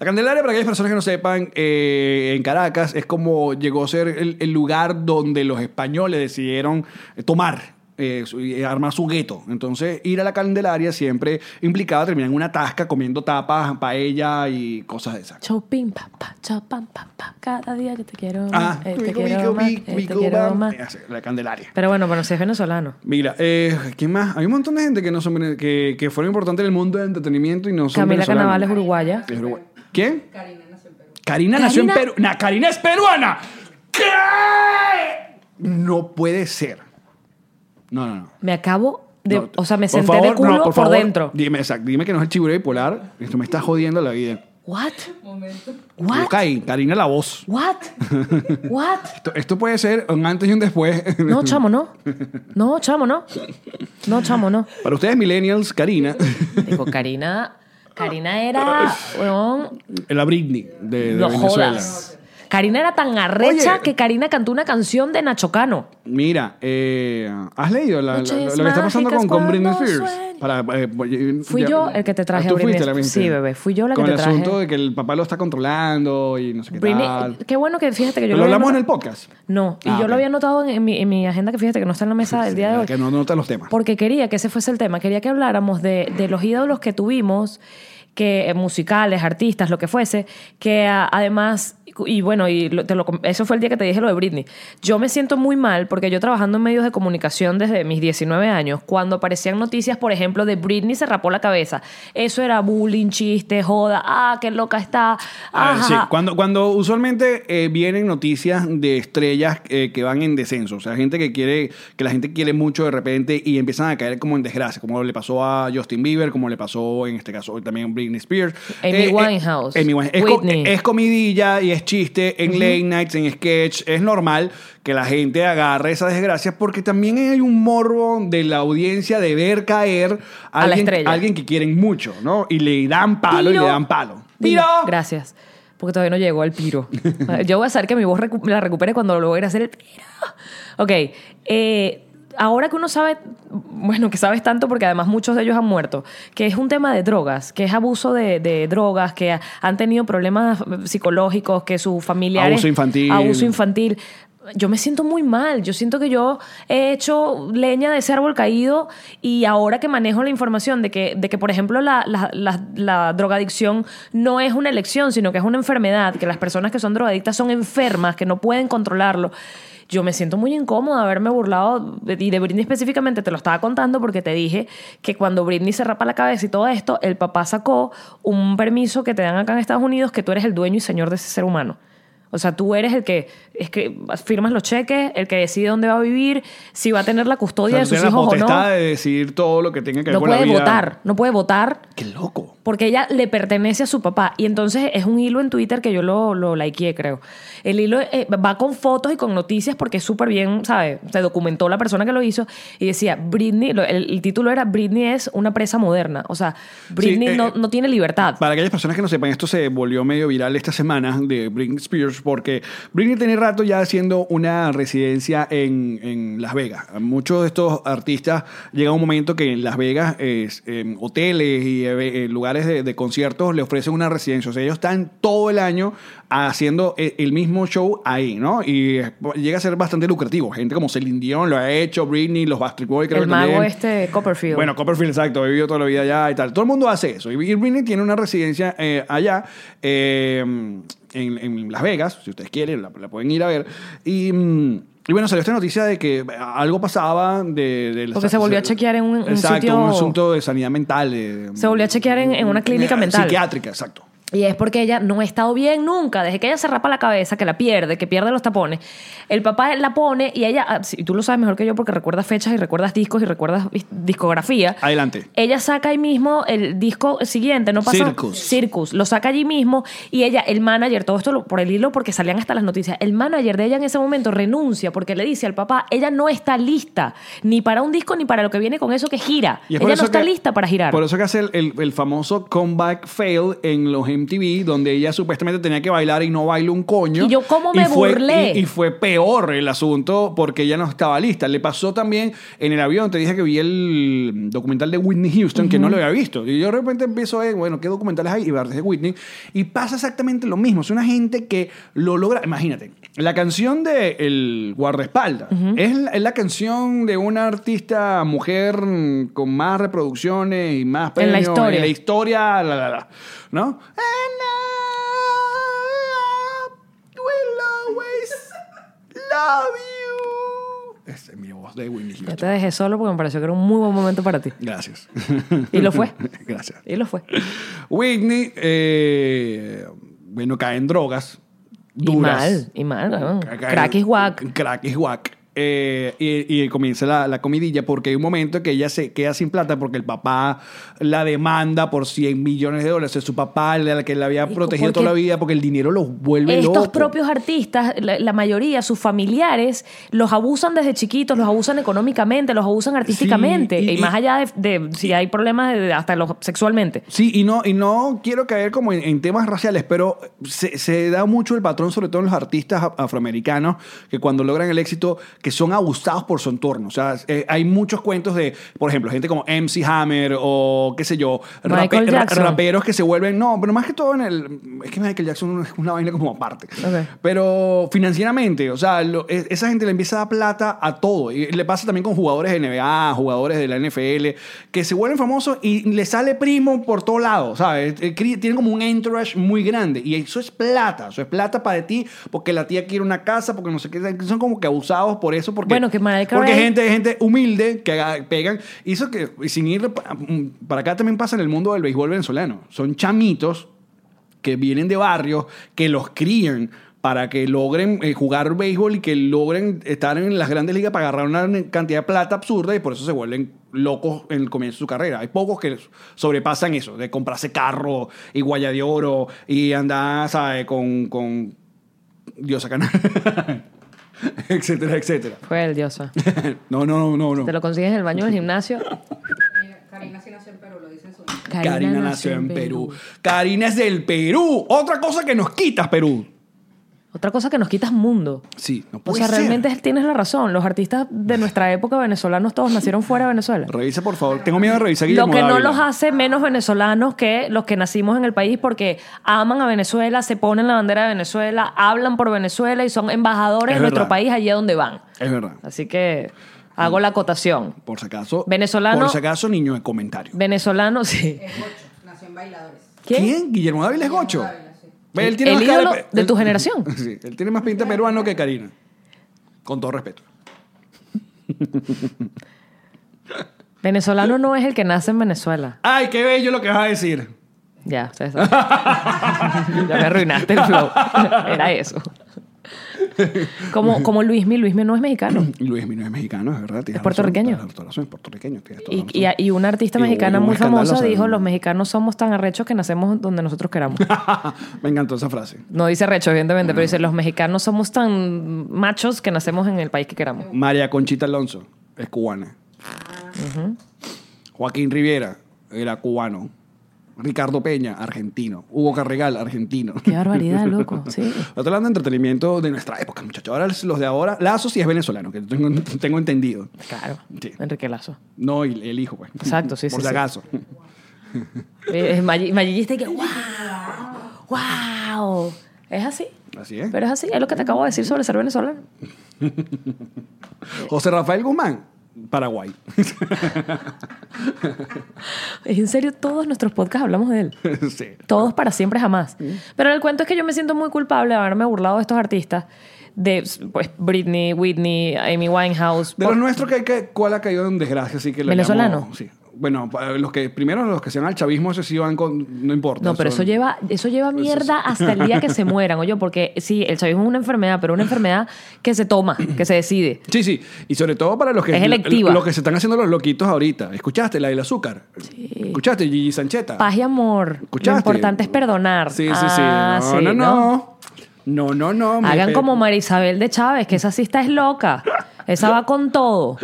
C: La Candelaria, para aquellas personas que no sepan, eh, en Caracas es como llegó a ser el, el lugar donde los españoles decidieron tomar, eh, su- y armar su gueto. Entonces, ir a la Candelaria siempre implicaba terminar en una tasca comiendo tapas, paella y cosas de esas.
B: Chopin, papá, chopin, papá. Cada día que te quiero más,
C: Ah,
B: eh, te
C: Vico,
B: quiero
C: Vico,
B: más,
C: Vico,
B: eh, te
C: Vico,
B: quiero
C: bam.
B: más.
C: Así, La Candelaria.
B: Pero bueno, pero si es venezolano.
C: Mira, eh, ¿quién más? Hay un montón de gente que no son vene- que, que fueron importantes en el mundo del entretenimiento y no son
B: Camila
C: venezolanos.
B: Carnaval es uruguaya.
C: Es uruguay. ¿Quién? Karina nació en Perú. Karina nació en
B: Karina-
C: Perú. Nah, Karina es peruana. ¿Qué? No puede ser. No, no, no.
B: Me acabo de.
C: No,
B: o sea, me
C: por
B: senté
C: favor,
B: de culo
C: no,
B: por,
C: favor,
B: dentro.
C: Dime, exacto, dime que no es el chiburé bipolar. Esto me está jodiendo la vida.
B: ¿What?
C: Yo
B: ¿What?
C: caí, Karina la voz. <laughs>
B: ¿What? ¿What?
C: Esto, esto puede ser un antes y un después.
B: No, chamo, no. No, chamo, no. No, chamo, no.
C: <laughs> Para ustedes, millennials, Karina. <laughs>
B: Digo, Karina. Karina era. weón,
C: La Britney de, de
B: no
C: Venezuela.
B: jodas. Karina era tan arrecha
C: Oye.
B: que Karina cantó una canción de Nacho Cano.
C: Mira, eh, ¿has leído la- la-
B: Noches
C: lo que está pasando
B: mágicas
C: con, con Britney
B: cuando
C: Spears?
B: sueño.
C: Para, eh, voy-
B: Fui yo el que te traje
C: Ah, ¿tú
B: a Britney
C: fuiste la
B: Spears.
C: viste?
B: Sí, bebé, fui yo la que
C: con
B: te traje.
C: el asunto de que el papá lo está controlando y no sé qué
B: Britney-
C: tal.
B: qué bueno que fíjate que yo
C: Pero lo
B: había
C: hablamos en
B: notado-
C: el podcast.
B: No, y
C: Ah,
B: yo lo
C: ok.
B: había notado en, en mi, en mi agenda que fíjate que no está en la mesa del día de hoy.
C: Que no nota los temas.
B: Porque quería que ese fuese el tema. Quería que habláramos de, de los ídolos que tuvimos, que eh, musicales, artistas, lo que fuese, que a- además, y bueno, y lo- te lo com- eso fue el día que te dije lo de Britney. Yo me siento muy mal porque yo trabajando en medios de comunicación desde mis 19 años, cuando aparecían noticias, por ejemplo, de Britney se rapó la cabeza. Eso era bullying, chiste, joda, ah, qué loca está.
C: Ah,
B: ah,
C: sí,
B: ajá.
C: cuando, cuando usualmente eh, vienen noticias de estrellas eh, que van en descenso, o sea, gente que quiere, que la gente quiere mucho de repente y empiezan a caer como en desgracia, como le pasó a Justin Bieber, como le pasó en este caso también a Britney Spears. Eh,
B: Amy Winehouse,
C: Amy Winehouse. Es, co-
B: Whitney.
C: es comidilla y es chiste en late nights, en sketch. Es normal que la gente agarre esas desgracias porque también hay un morbo de la audiencia de ver caer
B: A
C: a,
B: la
C: alguien,
B: estrella.
C: alguien que quieren mucho, ¿no? Y le dan palo y
B: Piro.
C: le dan palo.
B: Dilo.
C: ¡Piro!
B: Gracias. Porque todavía no llegó al
C: <laughs>
B: piro. Yo voy a saber que mi voz recu- la recupere cuando logre hacer el piro. Ok. eh, ahora que uno sabe, bueno, que sabes tanto porque además muchos de ellos han muerto, que es un tema de drogas, que es abuso de, de drogas, que ha- han tenido problemas psicológicos, que sus familiares.
C: Abuso infantil.
B: Abuso infantil. yo me siento muy mal, yo siento que yo he hecho leña de ese árbol caído y ahora que manejo la información de que, de que por ejemplo, la, la- la- la drogadicción no es una elección, sino que es una enfermedad, que las personas que son drogadictas son enfermas, que no pueden controlarlo. Yo me siento muy incómoda de haberme burlado de- y de Britney específicamente te lo estaba contando porque te dije que cuando Britney se rapa la cabeza y todo esto, el papá sacó un permiso que te dan acá en Estados Unidos que tú eres el dueño y señor de ese ser humano. O sea, tú eres el que, es que firmas los cheques, el que decide dónde va a vivir, si va a tener la
C: O
B: custodia de
C: sea, tú
B: sus
C: tienes la
B: hijos o no.
C: potestad de decidir todo lo que tenga que ver
B: No
C: con la
B: puede
C: vida.
B: votar, no puede votar
C: Qué loco.
B: porque ella le pertenece a su papá. Y entonces es un hilo en Twitter que yo lo, lo likeé, creo. El hilo eh, va con fotos y con noticias porque es súper bien, ¿sabes? Se documentó la persona que lo hizo y decía, Britney, lo- el, el título era Britney es una presa moderna. O sea, Britney
C: eh,
B: no, no tiene libertad.
C: Para aquellas personas que no sepan, esto se volvió medio viral esta semana de Britney Spears porque Britney tiene rato ya haciendo una residencia en, en Las Vegas. Muchos de estos artistas llega un momento que en Las Vegas es, em, hoteles y eve- eh, lugares de, de conciertos le ofrecen una residencia. O sea, ellos están todo el año haciendo e- el mismo show ahí, ¿no? Y eh, llega a ser bastante lucrativo. Gente como Celine Dion lo ha hecho, Britney, los Bastard Boys creo
B: el
C: que
B: mago
C: también.
B: este, Copperfield.
C: Bueno, Copperfield, exacto, he vivido toda la vida allá y tal. Todo el mundo hace eso. Y Britney tiene una residencia eh, allá, eh, en, en Las Vegas, si ustedes quieren, la, la pueden ir a ver. Y, mm, y bueno, salió esta noticia de que eh, algo pasaba de... de la-
B: Porque se volvió a chequear en un- un
C: Exacto,
B: sitio-
C: un asunto de sanidad mental. eh,
B: Se volvió a chequear en- en una clínica
C: eh,
B: mental.
C: Psiquiátrica, exacto.
B: Y es porque ella no ha estado bien nunca. Desde que ella se rapa la cabeza, que la pierde, que pierde los tapones. El papá la pone y ella, ah, sí, tú lo sabes mejor que yo porque recuerdas fechas y recuerdas discos y recuerdas dis- discografía.
C: Adelante.
B: Ella saca ahí mismo el disco siguiente, ¿no pasa?
C: Circus.
B: Circus. Lo saca allí mismo y ella, el manager, todo esto lo- por el hilo porque salían hasta las noticias. El manager de ella en ese momento renuncia porque le dice al papá, ella no está lista ni para un disco ni para lo que viene con eso que gira.
C: Y es por
B: ella
C: eso
B: no está
C: que-
B: lista para girar.
C: Por eso que hace el, el- el famoso comeback fail en los MTV, donde ella supuestamente tenía que bailar y no bailó un coño.
B: Y yo, ¿cómo me
C: fue-
B: burlé?
C: Y, y fue peor el asunto porque ella no estaba lista. Le pasó también en el avión, te dije que vi el documental de Whitney Houston, que no lo había visto. Y yo de repente empiezo a ver, bueno, ¿qué documentales hay? Y ver de Whitney. Y pasa exactamente lo mismo. Es una gente que lo logra. Imagínate, la canción de El Guardaespaldas es, la, es la canción de una artista mujer mm, con más reproducciones y más
B: En la
C: premios
B: historia.
C: En la historia, la, la, la. ¿No? And I will always love you. Esa es mi voz de Whitney
B: Ya
C: Houston.
B: te dejé solo porque me pareció que era un muy buen momento para ti.
C: Gracias.
B: <laughs> Y lo fue.
C: <laughs> Gracias.
B: Y lo fue.
C: Whitney, eh, bueno, cae en drogas duras.
B: Y mal, y mal, weón.
C: Ca- cae-
B: Crack is whack.
C: Crack is whack. Eh, y, y comienza la, la comidilla porque hay un momento que ella se queda sin plata porque el papá la demanda por 100 millones de dólares. Es su papá, la la que la había
B: Y
C: protegido
B: porque
C: toda la vida, porque el dinero los vuelve
B: Estos
C: locos.
B: propios artistas, la, la mayoría, sus familiares, los abusan desde chiquitos, los abusan económicamente, los abusan artísticamente. y,
C: y- y-
B: más allá de, de si hay problemas de- de- hasta los, sexualmente.
C: Sí, y no, y no quiero caer como en, en temas raciales, pero se, se da mucho el patrón, sobre todo en los artistas af- afroamericanos, que cuando logran el éxito, que son abusados por su entorno. O sea, eh, hay muchos cuentos de, por ejemplo, gente como MC Hammer o qué sé yo,
B: Michael
C: ra-
B: Jackson.
C: raperos que se vuelven, no, pero más que todo en el... Es que Michael Jackson es una vaina como aparte.
B: Ok.
C: Pero financieramente, o sea, lo- e- esa gente le empieza a dar plata a todo. Y le pasa también con jugadores de NBA, jugadores de la NFL, que se vuelven famosos y le sale primo por todos lados, ¿sabes? Eh, cri- Tienen como un entourage muy grande. Y eso es plata, eso es plata para ti, porque la tía quiere una casa, porque no sé qué. Son como que abusados por eso, porque,
B: Bueno, que Mariah
C: porque
B: Carey-
C: gente, gente humilde que haga- pegan. Y eso que, y sin ir pa- mm, para acá también pasa en el mundo del béisbol venezolano. Son chamitos que vienen de barrios, que los crían para que logren eh, jugar béisbol y que logren estar en las grandes ligas para agarrar una cantidad de plata absurda y por eso se vuelven locos en el comienzo de su carrera. Hay pocos que sobrepasan eso, de comprarse carro y guaya de oro y andar, ¿sabes? Con, con Diosa Canal, <laughs> etcétera, etcétera.
B: Fue el diosa.
C: <laughs> No, no, no, no.
B: Te
C: no.
B: lo consigues en el baño del <laughs> gimnasio.
E: Mira, Karina sí nació en Perú, lo dice su
C: Karina nació en Perú. Karina es del Perú. Otra cosa que nos quitas, Perú.
B: Otra cosa que nos quitas mundo.
C: Sí, no
B: O
C: puede
B: sea,
C: ser.
B: realmente tienes la razón. Los artistas de nuestra época venezolanos todos nacieron fuera de Venezuela.
C: Revisa, por favor. Tengo miedo de revisar
B: Lo
C: Guillermo
B: que no
C: Dávila.
B: los hace menos venezolanos que los que nacimos en el país porque aman a Venezuela, se ponen la bandera de Venezuela, hablan por Venezuela y son embajadores
C: Es
B: de nuestro
C: verdad.
B: país allí a donde van.
C: Es verdad.
B: Así que hago la acotación.
C: Por si acaso.
B: Venezolano-
C: Por si acaso, niño de comentario.
B: Venezolanos, sí.
E: Es gocho, nació en bailadores.
B: ¿Quién?
C: ¿Quién? Guillermo Dávila es gocho.
E: Dávila, sí.
C: Ve,
B: El- el
C: cara
B: ídolo de tu generación.
C: <laughs> Sí, él tiene más pinta peruano que Karina. Con todo respeto.
B: Venezolano no es el que nace en Venezuela.
C: ¡Ay, qué bello lo que vas a decir!
B: Ya, ustedes
C: <laughs>
B: saben. ya me arruinaste el flow. <laughs> Era eso. Como, como Luismi, Luismi no es mexicano.
C: Luis Mino es mexicano, es verdad. tienes
B: Es puertorriqueño.
C: razón, tienes razón, es puertorriqueño. tienes toda
B: Y,
C: la
B: y-
C: razón.
B: y una artista
C: Y hubo
B: mexicana
C: un
B: muy
C: escándalo,
B: famosa
C: o sea,
B: dijo,
C: no-
B: los mexicanos somos tan arrechos que nacemos donde nosotros
C: <laughs>
B: queramos.
C: Me encantó esa frase.
B: No dice arrecho, evidentemente, pero dice, los mexicanos somos tan machos que nacemos en el país que queramos.
C: María Conchita Alonso es cubana. Joaquín Riviera era cubano. Ricardo Peña, argentino. Hugo Carregal, argentino. <laughs>
B: Qué barbaridad, loco. Sí.
C: Estoy hablando de entretenimiento de nuestra época, muchachos. Ahora los de ahora, Lazo sí es venezolano, que tengo, <laughs> tengo entendido.
B: Claro.
C: Sí.
B: Enrique Lazo.
C: No, y el hijo, pues.
B: Exacto, sí,
C: <laughs> Por
B: sí, sí.
C: si acaso.
B: Eh, Maggi- Maggi está que, wow, wow. Es así.
C: Así es.
B: Pero es así, es lo que te acabo de decir sobre ser venezolano.
C: José Rafael Guzmán, Paraguay. <laughs>
B: Es en serio, todos nuestros podcasts hablamos de él.
C: sí.
B: Todos para siempre jamás. Pero el cuento es que yo me siento muy culpable de haberme burlado de estos artistas, de pues, Britney, Whitney, Amy Winehouse.
C: De
B: por-
C: los nuestros, que, que, ¿cuál ha caído en desgracia? Así que le
B: ¿Venezolano?
C: llamo- sí. Bueno, pa- los que, primero los que sean al chavismo, esos sí van con... No importa.
B: No, pero eso lleva, eso lleva mierda hasta el día que
C: <laughs>
B: se mueran, oye, porque sí, el chavismo es una enfermedad, pero una enfermedad que se toma, que se decide.
C: Sí, sí. Y sobre todo para los que...
B: Es electiva.
C: Los que se están haciendo los loquitos ahorita. ¿Escuchaste la del azúcar? Sí. ¿Escuchaste Gigi Sancheta?
B: Paz y amor. Lo
C: ¿Escuchaste?
B: importante es perdonar.
C: Sí, sí, sí.
B: Ah,
C: no,
B: sí,
C: no, no, no. No, no, me
B: Hagan
C: pe-
B: como María Isabel de Chávez, que esa sí está es loca. Esa va con todo.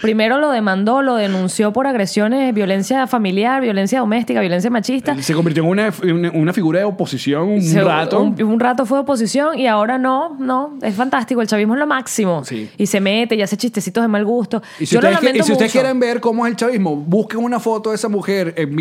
B: Primero lo demandó, lo denunció por agresiones, violencia familiar, violencia doméstica, violencia machista.
C: Se convirtió en una, una, una figura de oposición un
B: Se-
C: rato.
B: Un, un rato fue oposición y ahora no, no. Es fantástico. El chavismo es lo máximo.
C: Sí.
B: Y se mete y hace chistecitos de mal gusto.
C: Y si,
B: Yo lo
C: ustedes, que- y
B: lamento
C: si ustedes
B: mucho.
C: quieren ver cómo es el chavismo, busquen una foto de esa mujer en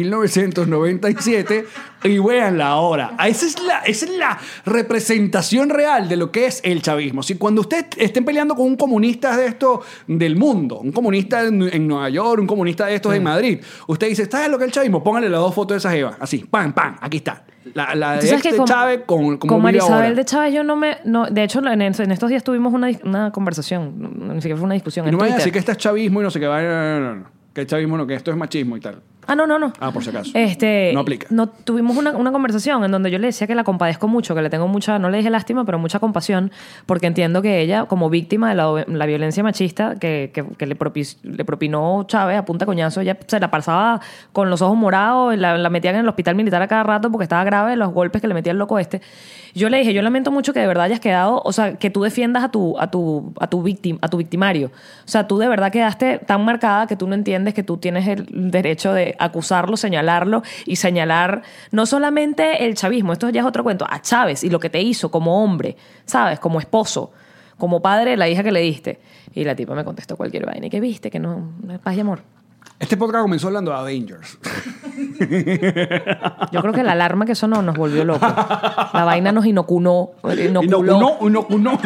C: 1997 y véanla ahora. Ah, Esa es, la, esa es la representación real de lo que es el chavismo. Si cuando ustedes estén peleando con un comunista de esto del mundo, un comunista en, en Nueva York, un comunista
B: Mm.
C: de estos en Madrid, usted dice, ¿sabes lo que es el chavismo? Pónganle las dos fotos de esa jeva. Así, pam, pam, aquí está. La, la
B: Tú
C: de
B: sabes
C: este
B: que con-
C: Chávez con, como
B: con
C: vive ahora.
B: Marisabel de Chávez yo no me... No, de hecho, en, en estos días tuvimos una, dis- una conversación. No, Ni siquiera fue una discusión.
C: Y
B: en
C: no me vayan a
B: Twitter.
C: decir que esto es chavismo y no sé qué. va- No, no, no, no. Que el chavismo no, que esto es machismo y tal.
B: Ah, no, no, no.
C: Ah, por si acaso.
B: Este,
C: No aplica.
B: No, tuvimos una, una conversación en donde yo le decía que la compadezco mucho, que le tengo mucha, no le dije lástima, pero mucha compasión, porque entiendo que ella, como víctima de la, la violencia machista que, que- que le, propis- le propinó Chávez a punta coñazo, ella se la pasaba con los ojos morados, la, la metían en el hospital militar a cada rato porque estaba grave los golpes que le metía el loco este. Yo le dije, yo lamento mucho que de verdad hayas quedado, o sea, que tú defiendas a tu, a tu, a tu víctima, a tu victimario. O sea, tú de verdad quedaste tan marcada que tú no entiendes que tú tienes el derecho de acusarlo, señalarlo y señalar no solamente el chavismo, esto ya es otro cuento, a Chávez y lo que te hizo como hombre, ¿sabes? Como esposo, como padre de la hija que le diste. Y la tipa me contestó cualquier vaina. ¿Y qué viste? Que no, no es paz y amor.
C: Este podcast comenzó hablando de Avengers.
B: Yo creo que la alarma que sonó nos volvió locos. La vaina nos inoculó, inoculó
C: No, no, no, no.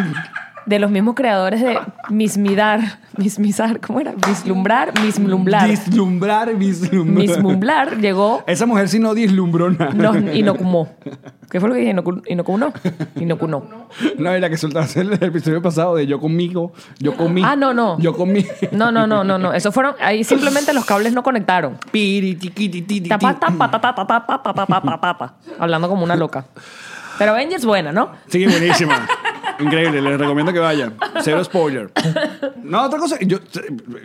B: de los mismos creadores de Mismidar, Mismizar, ¿cómo era? Vislumbrar, Mislumbrar.
C: Vislumbrar, vislumbrar.
B: Mismumblar llegó,
C: Esa mujer sí no dislumbró nada.
B: nos inocumó. ¿Qué fue lo que dije? Inocu- Inocuno. Inocuno.
C: <laughs> No, era que soltaste el episodio pasado de yo conmigo, yo conmigo.
B: Ah, no, no.
C: Yo conmigo.
B: No, no, no, no, no. Eso fueron, ahí simplemente los cables no conectaron.
C: Piri, tiquiti, titi,
B: Tapa,
C: ti.
B: tapa, tapa, tapa, tapa, tapa, tapa, tapa. Hablando como una loca. Pero Avengers buena, ¿no?
C: Sí, buenísima. Increíble, les recomiendo que vayan. Cero spoiler. No, otra cosa, yo,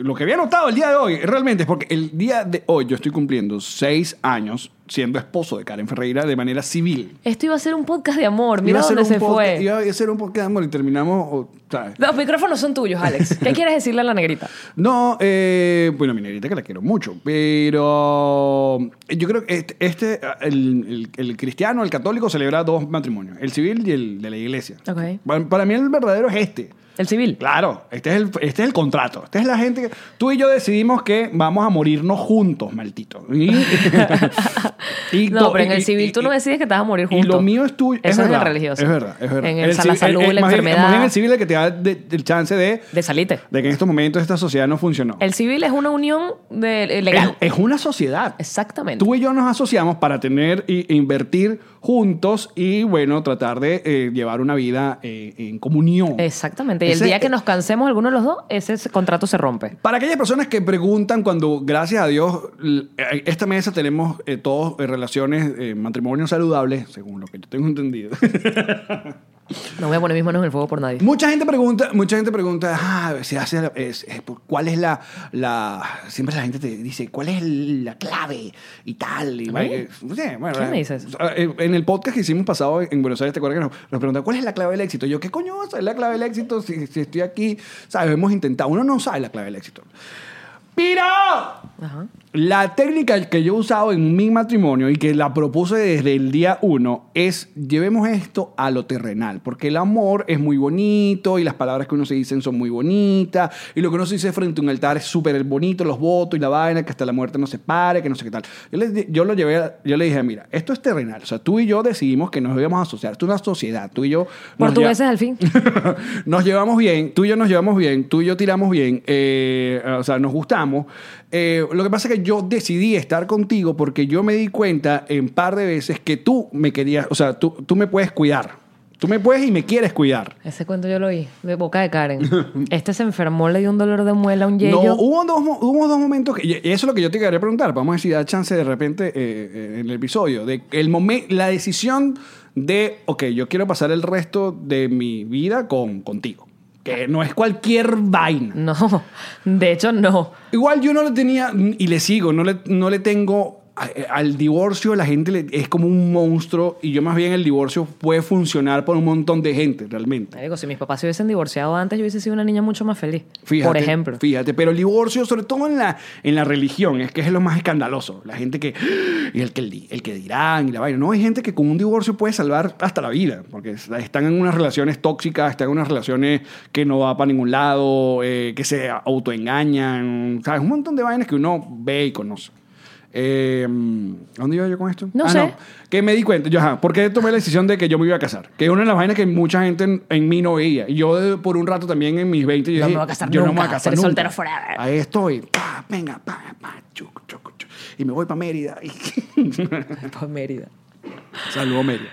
C: lo que había notado el día de hoy realmente es porque el día de hoy yo estoy cumpliendo seis años siendo esposo de Karen Ferreira de manera civil.
B: Esto iba a ser un podcast de amor.
C: Iba
B: Mira
C: a hacer
B: dónde
C: un
B: se
C: podcast-
B: fue.
C: Iba a hacer un podcast, amor, y terminamos... o, ¿sabes?
B: Los micrófonos son tuyos, Alex. ¿Qué quieres decirle a la negrita?
C: No, eh, bueno, mi negrita que la quiero mucho, pero yo creo que este, este, el, el- el cristiano, el católico, celebra dos matrimonios, el civil y el de la iglesia.
B: Ok.
C: Para, para mí el verdadero es este.
B: El civil.
C: Claro, este es, el, este es el contrato. Esta es la gente que... Tú y yo decidimos que vamos a morirnos juntos, maldito. <laughs>
B: <laughs>
C: Y- y
B: No,
C: to-
B: pero en
C: y-
B: el civil
C: y-
B: tú no
C: y-
B: decides que te vas a morir
C: Y
B: juntos.
C: lo mío es tuyo.
B: Eso es
C: es verdad,
B: el religioso.
C: Es verdad, es verdad.
B: En el,
C: civil-
B: la salud,
C: el-
B: la
C: más bien-
B: enfermedad.
C: Más bien el civil es el que te da de- el chance de...
B: De salite.
C: De que en estos momentos esta sociedad no funcionó.
B: El civil es una unión de- eh, legal.
C: Es, es una sociedad.
B: Exactamente.
C: Tú y yo nos asociamos para tener e e invertir juntos y, bueno, tratar de eh, llevar una vida eh, en comunión.
B: Exactamente. Y el
C: Ese-
B: día que nos cansemos alguno de los dos, ese s- contrato se rompe.
C: Para aquellas personas que preguntan cuando, gracias a Dios, l- eh, esta mesa tenemos eh, todos eh, relaciones, eh, matrimonios saludables, según lo que yo tengo entendido.
B: No voy a poner mis manos en el fuego por nadie.
C: mucha gente pregunta, mucha gente pregunta, ah, se hace, la- es- es- ¿cuál es la, la- siempre la gente te dice, ¿cuál es la clave y tal? Y,
B: ¿Ah,
C: vaina-
B: bien?
C: Sí, bueno,
B: ¿Qué
C: eh,
B: me dices?
C: eh, En el podcast que hicimos pasado en Buenos Aires, ¿te acuerdas que nos, nos preguntan cuál es la clave del éxito? Yo, ¿qué coño es la clave del éxito si, si estoy aquí? ¿Sabes? Hemos intentado, uno no sabe la clave del éxito. ¡Piro!
B: Ajá.
C: La técnica que yo he usado en mi matrimonio y que la propuse desde el día uno es llevemos esto a lo terrenal, porque el amor es muy bonito y las palabras que uno se dicen son muy bonitas y lo que uno se dice frente a un altar es súper bonito, los votos y la vaina, que hasta la muerte nos separe, que no sé qué tal. Yo, les di- yo lo llevé, a- yo le dije, mira, esto es terrenal, o sea, tú y yo decidimos que nos íbamos a asociar, esto es una sociedad, tú y yo... nos
B: Portugueses
C: lleva-
B: al
C: <laughs>
B: fin.
C: nos llevamos bien, tú y yo nos llevamos bien, tú y yo tiramos bien, eh, o sea, nos gustamos. Eh, lo que pasa es que yo decidí estar contigo porque yo me di cuenta en par de veces que tú me querías, o sea, tú, tú me puedes cuidar. Tú me puedes y me quieres cuidar.
B: Ese cuento yo lo oí, de boca de Karen. Este se enfermó, le dio un dolor de muela, un yello.
C: No, uh. hubo dos, mo- hubo dos momentos que, y eso es lo que yo te quería preguntar. Vamos a decir, da chance de repente eh, eh, en el episodio. De el momen- la decisión de, ok, yo quiero pasar el resto de mi vida con, contigo. Que no es cualquier vaina.
B: No, de hecho no.
C: Igual yo no le tenía, y le sigo, no le, no le tengo a- eh, al divorcio, la gente le- es como un monstruo y yo más bien el divorcio puede funcionar para un montón de gente realmente.
B: Marico, si mis papás se hubiesen divorciado antes, yo hubiese sido una niña mucho más feliz.
C: Fíjate,
B: por ejemplo.
C: Fíjate, pero el divorcio, sobre todo en la, en la religión, es que es lo más escandaloso. La gente que, y el que, el di- el que dirán, y la vaina. No, hay gente que con un divorcio puede salvar hasta la vida, porque están en unas relaciones tóxicas, están en unas relaciones que no va para ningún lado, eh, que se autoengañan, ¿sabes? Un montón de vainas que uno ve y conoce. Eh, ¿A dónde iba yo con esto?
B: No
C: Ah,
B: sé.
C: Que me di cuenta, yo, ajá, porque tomé la decisión de que yo me iba a casar. Que es una de las vainas que mucha gente en, en mí no veía. Y yo de- por un rato también en mis 20 yo
B: No me
C: dije,
B: voy a casar
C: yo no me voy a
B: nunca,
C: casar
B: seré
C: nunca.
B: soltero forever.
C: Ahí estoy, pa, venga, pa, pa, chuc, chuc, chuc. y <laughs> me voy para Mérida.
B: <laughs> Pa' Mérida.
C: Saludo Mérida.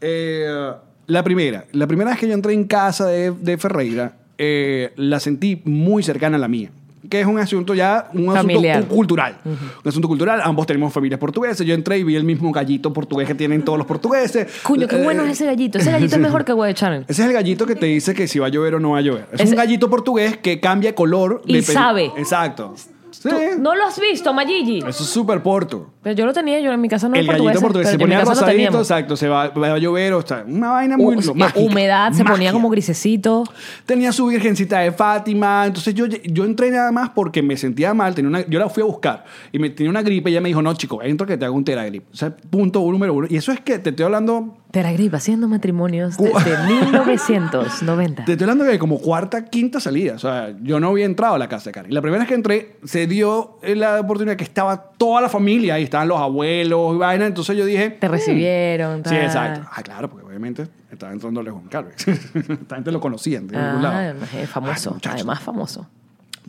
C: Eh, la primera, la primera vez que yo entré en casa de, de Ferreira, eh, la sentí muy cercana a la mía. Que es un asunto ya, un
B: Familiar.
C: asunto cu- cultural. Un asunto cultural. Ambos tenemos familias portuguesas. Yo entré y vi el mismo gallito portugués que tienen todos los portugueses.
B: Coño, qué
C: Eh,
B: bueno es ese gallito. Ese
C: <laughs>
B: gallito es mejor que Guay Channel.
C: Ese es el gallito que te dice que si va a llover o no va a llover. Es
B: Ese-
C: un gallito portugués que cambia color.
B: Y
C: depen-
B: sabe.
C: Exacto. Sí.
B: Tú no lo has visto, Mayigi.
C: Eso es súper porto.
B: Pero yo lo tenía, yo en mi casa no
C: el
B: era
C: gallito
B: portuguesa,
C: portugués se
B: pero en mi
C: ponía
B: casa lo
C: rosadito,
B: teníamos.
C: exacto. Se va, va a llover o está. Una vaina muy
B: Hum-
C: lo- mágica,
B: humedad, se ponía
C: mágica.
B: como grisecito.
C: Tenía su virgencita de Fátima. Entonces yo, yo entré nada más porque me sentía mal. Tenía una, yo la fui a buscar y me tenía una gripe. Y ella me dijo, no, chico, entro que te hago un teragrip. O sea, punto número uno. Y eso es que te estoy hablando
B: Teragripa, haciendo matrimonios
C: Cu-
B: desde
C: <laughs>
B: 1990.
C: Te estoy hablando de como cuarta, quinta salida. O sea, yo no había entrado a la casa de Karen. La primera vez que entré, se dio eh, la oportunidad que estaba toda la familia ahí, estaban los abuelos y vaina. Entonces yo dije.
B: Te
C: "Mm".
B: recibieron,
C: Sí,
B: tal.
C: exacto. Ah, claro, porque obviamente estaba entrándole Juan Carlos. <laughs> Esta gente lo conocían de algún
B: Ah,
C: lado.
B: es famoso,
C: Ay, muchacho.
B: además famoso.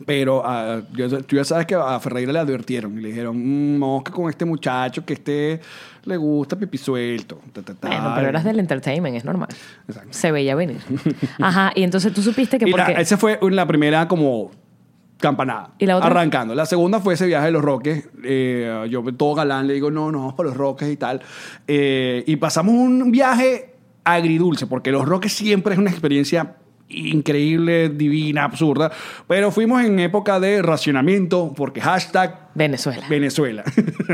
C: Pero ah, yo- tú ya sabes que a Ferreira le advirtieron y le dijeron, "Mm, mosca con este muchacho que este le gusta pipí suelto. Ta, ta, ta.
B: Bueno, pero eras del entertainment, es normal.
C: Exacto.
B: Se veía
C: <laughs>
B: venir. Ajá, y entonces tú supiste que
C: Y la-
B: porque...
C: esa fue la primera como campanada.
B: ¿Y la otra?
C: Arrancando. La segunda fue ese viaje de los Roques. Eh, yo todo galán le digo, no, no, vamos para los Roques y tal. Eh, y pasamos un viaje agridulce, porque los Roques siempre es una experiencia increíble, divina, absurda. Pero fuimos en época de racionamiento, porque hashtag
B: Venezuela.
C: Venezuela.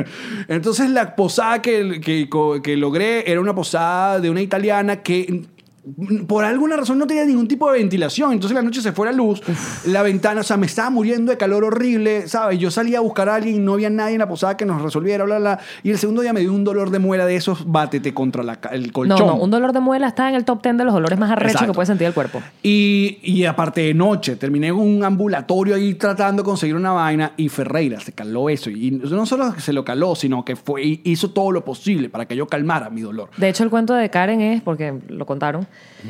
C: <laughs> Entonces la posada que, que, co- que logré era una posada de una italiana que mm, por alguna razón no tenía ningún tipo de ventilación. Entonces la noche se fue la luz, la ventana, o sea, me estaba muriendo de calor horrible, ¿sabes? Yo salía a buscar a alguien y no había nadie en la posada que nos resolviera, bla, bla. bla. Y el segundo día me dio un dolor de muela de esos, bátete contra la ca- el
B: No,
C: colchón.
B: no, un dolor de muela está en el top 10 de los dolores más arrechos
C: Exacto.
B: que puede sentir el cuerpo.
C: Y, y aparte de noche, terminé en un ambulatorio ahí tratando de conseguir una vaina y Ferreira se caló eso. Y no solo que se lo caló, sino que fue, hizo todo lo posible para que yo calmara mi dolor.
B: De hecho, el cuento de Karen es, porque lo contaron,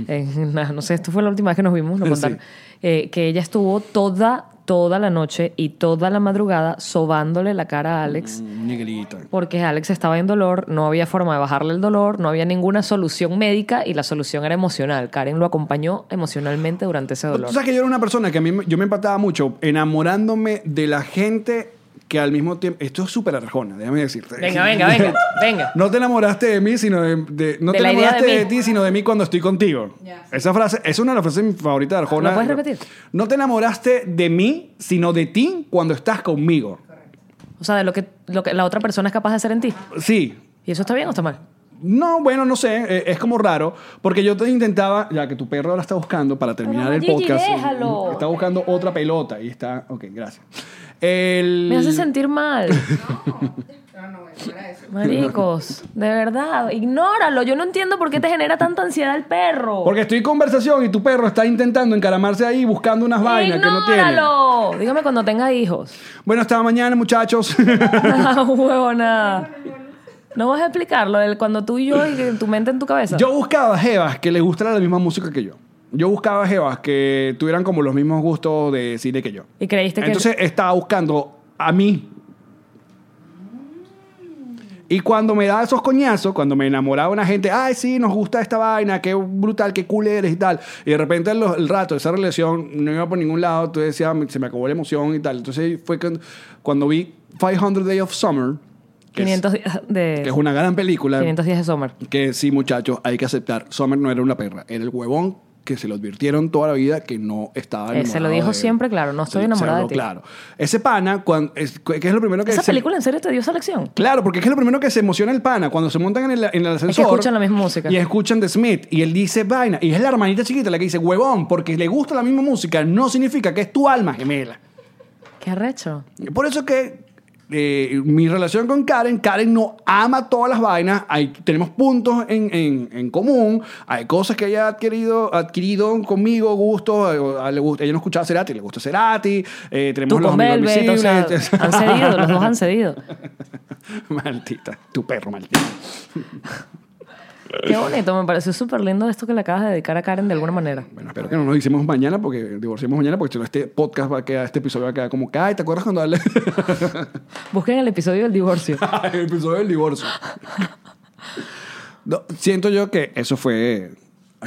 B: eh, <laughs> nada, no sé, esto fue la última vez que nos vimos, lo
C: Sí.
B: contaron, eh, que ella estuvo toda, toda la noche y toda la madrugada sobándole la cara a
C: Mm.
B: Alex.
C: Negrita.
B: Porque Alex estaba en dolor, no había forma de bajarle el dolor, no había ninguna solución médica y la solución era emocional. Karen lo acompañó emocionalmente durante ese dolor.
C: Tú sabes que yo era una persona que a mí me- yo me empataba mucho enamorándome de la gente que al mismo tiempo. Esto es súper arjona, déjame decirte.
B: Venga, venga, venga, venga.
C: No te enamoraste de mí, sino de, de- no
B: De
C: te
B: la idea
C: enamoraste de,
B: de mí.
C: ti, sino de mí cuando estoy contigo.
E: Ya.
C: Esa frase es una de las frases favoritas de Arjona.
B: ¿La puedes repetir?
C: No te enamoraste de mí, sino de ti cuando estás conmigo.
B: O sea, de lo que, lo que la otra persona es capaz de hacer en ti.
C: Sí.
B: ¿Y eso está bien o está mal?
C: No, bueno, no sé, eh, es como raro, porque yo te intentaba, ya que tu perro la está buscando para terminar
B: Pero,
C: el
B: Gigi,
C: podcast. eh,
B: déjalo.
C: Está buscando otra pelota y está, ok, gracias. El-
B: Me hace sentir mal.
E: No, no, bueno, era eso.
B: Maricos, de verdad, ignóralo. Yo no entiendo por qué te genera tanta ansiedad el perro.
C: Porque estoy en conversación y tu perro está intentando encaramarse ahí buscando unas vainas que no tiene.
B: Ignóralo. Dígame cuando tenga hijos.
C: <laughs>
B: <laughs>
C: Bueno, hasta mañana, muchachos.
B: Ah, Huevona. No vas a explicarlo, el cuando tú y yo y que tu mente en tu cabeza.
C: <laughs> Yo buscaba jevas que les gustara la misma música que yo. Yo buscaba jevas que tuvieran como los mismos gustos de cine que yo.
B: Y creíste que
C: Entonces estaba buscando a mí. Y cuando me daba esos coñazos, cuando me enamoraba una gente, ay, sí, nos gusta esta vaina, qué brutal, qué cool eres y tal. Y de repente los- el rato, esa relación no iba por ningún lado, tú decías, "Me- se me acabó la emoción y tal. Entonces fue cuando, cuando vi 500 Days of Summer, que,
B: 500
C: es,
B: días
C: que es
B: de
C: una gran película.
B: 500 días de Summer.
C: Que sí, muchachos, hay que aceptar. Summer no era una perra, era el huevón que se lo advirtieron toda la vida que no estaba
B: Eh,
C: enamorado.
B: se lo dijo
C: de él.
B: siempre, claro, no estoy
C: Se- se
B: enamorada
C: habló
B: de ti.
C: Claro. Ese pana, cuando, es, que es lo primero que.
B: ¿Esa
C: se-
B: película en serio te dio esa lección?
C: Claro, porque es lo primero que se emociona el pana cuando se montan en el, en el ascensor.
B: escuchan la misma música.
C: Y escuchan The Smith. Y él dice vaina. Y es la hermanita chiquita la que dice huevón, porque le gusta la misma música, no significa que es tu alma gemela.
B: Qué arrecho.
C: Por eso que eh, mi relación con Karen, Karen no ama todas las vainas, hay, tenemos puntos en, en- en común, hay cosas que ella ha adquirido, adquirido conmigo, gustos, eh, a- le gusta- ella no escuchaba Cerati, le gusta Cerati, eh, tenemos
B: Tú
C: los
B: con
C: amigos
B: Velvet, o sea,
C: invisibles.
B: han cedido, los dos han cedido.
C: <laughs> Maldita, tu perro, maldita.
B: Qué bonito, me pareció súper lindo esto que le acabas de dedicar a Karen de alguna manera.
C: Bueno, espero que no nos hicimos mañana, porque divorciamos mañana, porque si no este podcast va a quedar, este episodio va a quedar como, que, ay, ¿te acuerdas cuando hablé?
B: Busquen el episodio del
C: <laughs>
B: divorcio.
C: el episodio del divorcio. No, siento yo que eso fue.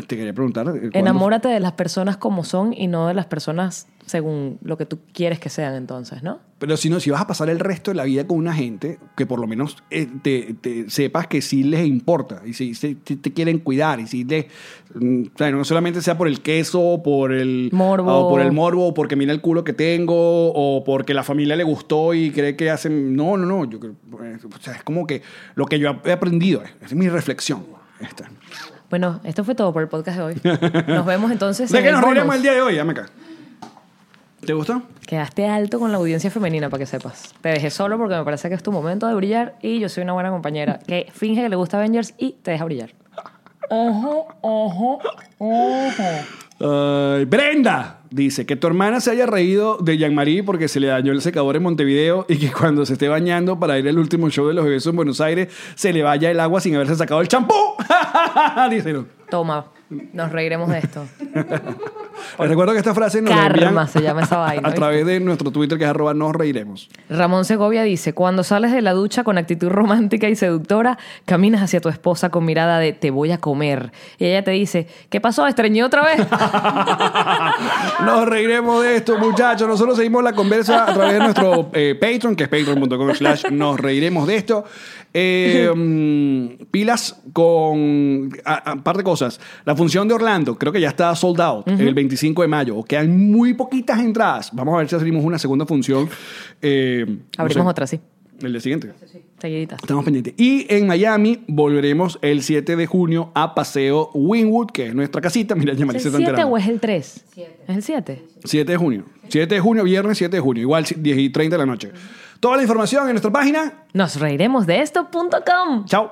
C: Te quería preguntar. eh, ¿cuándo fue?
B: Enamórate de las personas como son y no de las personas según lo que tú quieres que sean entonces, ¿no?
C: Pero si no, si vas a pasar el resto de la vida con una gente que por lo menos eh, te, te sepas que sí les importa y si si te, te quieren cuidar y si les. mm, o sea, no solamente sea por el queso, o por el.
B: Morbo.
C: O por el morbo, o porque mira el culo que tengo, o porque la familia le gustó y cree que hacen. No, no, no. Yo, creo- eh, o sea, es como que lo que yo he aprendido, es, es mi reflexión. Esta.
B: Bueno, esto fue todo por el podcast de hoy. Nos vemos entonces.
C: ¿De
B: en
C: qué
B: el
C: nos
B: bonus.
C: reiremos el día de hoy? Ya me cago. ¿Te gustó?
B: Quedaste alto con la audiencia femenina, para que sepas. Te dejé solo porque me parece que es tu momento de brillar y yo soy una buena compañera que finge que le gusta Avengers y te deja brillar. Ojo, ojo, ojo.
C: Ay, Brenda dice que tu hermana se haya reído de Jean-Marie porque se le dañó el secador en Montevideo y que cuando se esté bañando para ir al último show de los bebés en Buenos Aires se le vaya el agua sin haberse sacado el champú. <laughs> dice no.
B: Toma, nos reiremos de esto.
C: Les recuerdo que esta frase nos la
B: Karma
C: envían
B: se llama esa vaina,
C: a
B: ¿viste?
C: través de nuestro Twitter que es arroba nos reiremos.
B: Ramón Segovia dice, cuando sales de la ducha con actitud romántica y seductora, caminas hacia tu esposa con mirada de te voy a comer. Y ella te dice, ¿qué pasó? ¿Estreñí otra vez? <laughs>
C: <laughs> Nos reiremos de esto, muchachos. Nosotros seguimos la conversa a través de nuestro eh, Patreon, que es patreon.com slash nos reiremos de esto.
B: <laughs>
C: Eh, mm, pilas con... a- a- par de cosas. La función de Orlando, creo que ya está sold out el 25 de mayo. Quedan muy poquitas entradas. Vamos a ver si abrimos una segunda función. Eh, no
B: Abrimos
C: sé,
B: otra, sí.
C: El día siguiente.
B: Seguiditas.
C: Estamos pendientes. Y en Miami volveremos el 7 de junio a Paseo Winwood, que es nuestra casita. Mira, ya me
B: ¿Es
C: dice
B: el 7 o es el 3? ¿Es el 7?
C: 7 de junio. 7 de junio, viernes 7 de junio. Igual 10 y 30 de la noche. Toda la información en nuestra página.
B: Nos reiremos de esto.com.
C: Chao.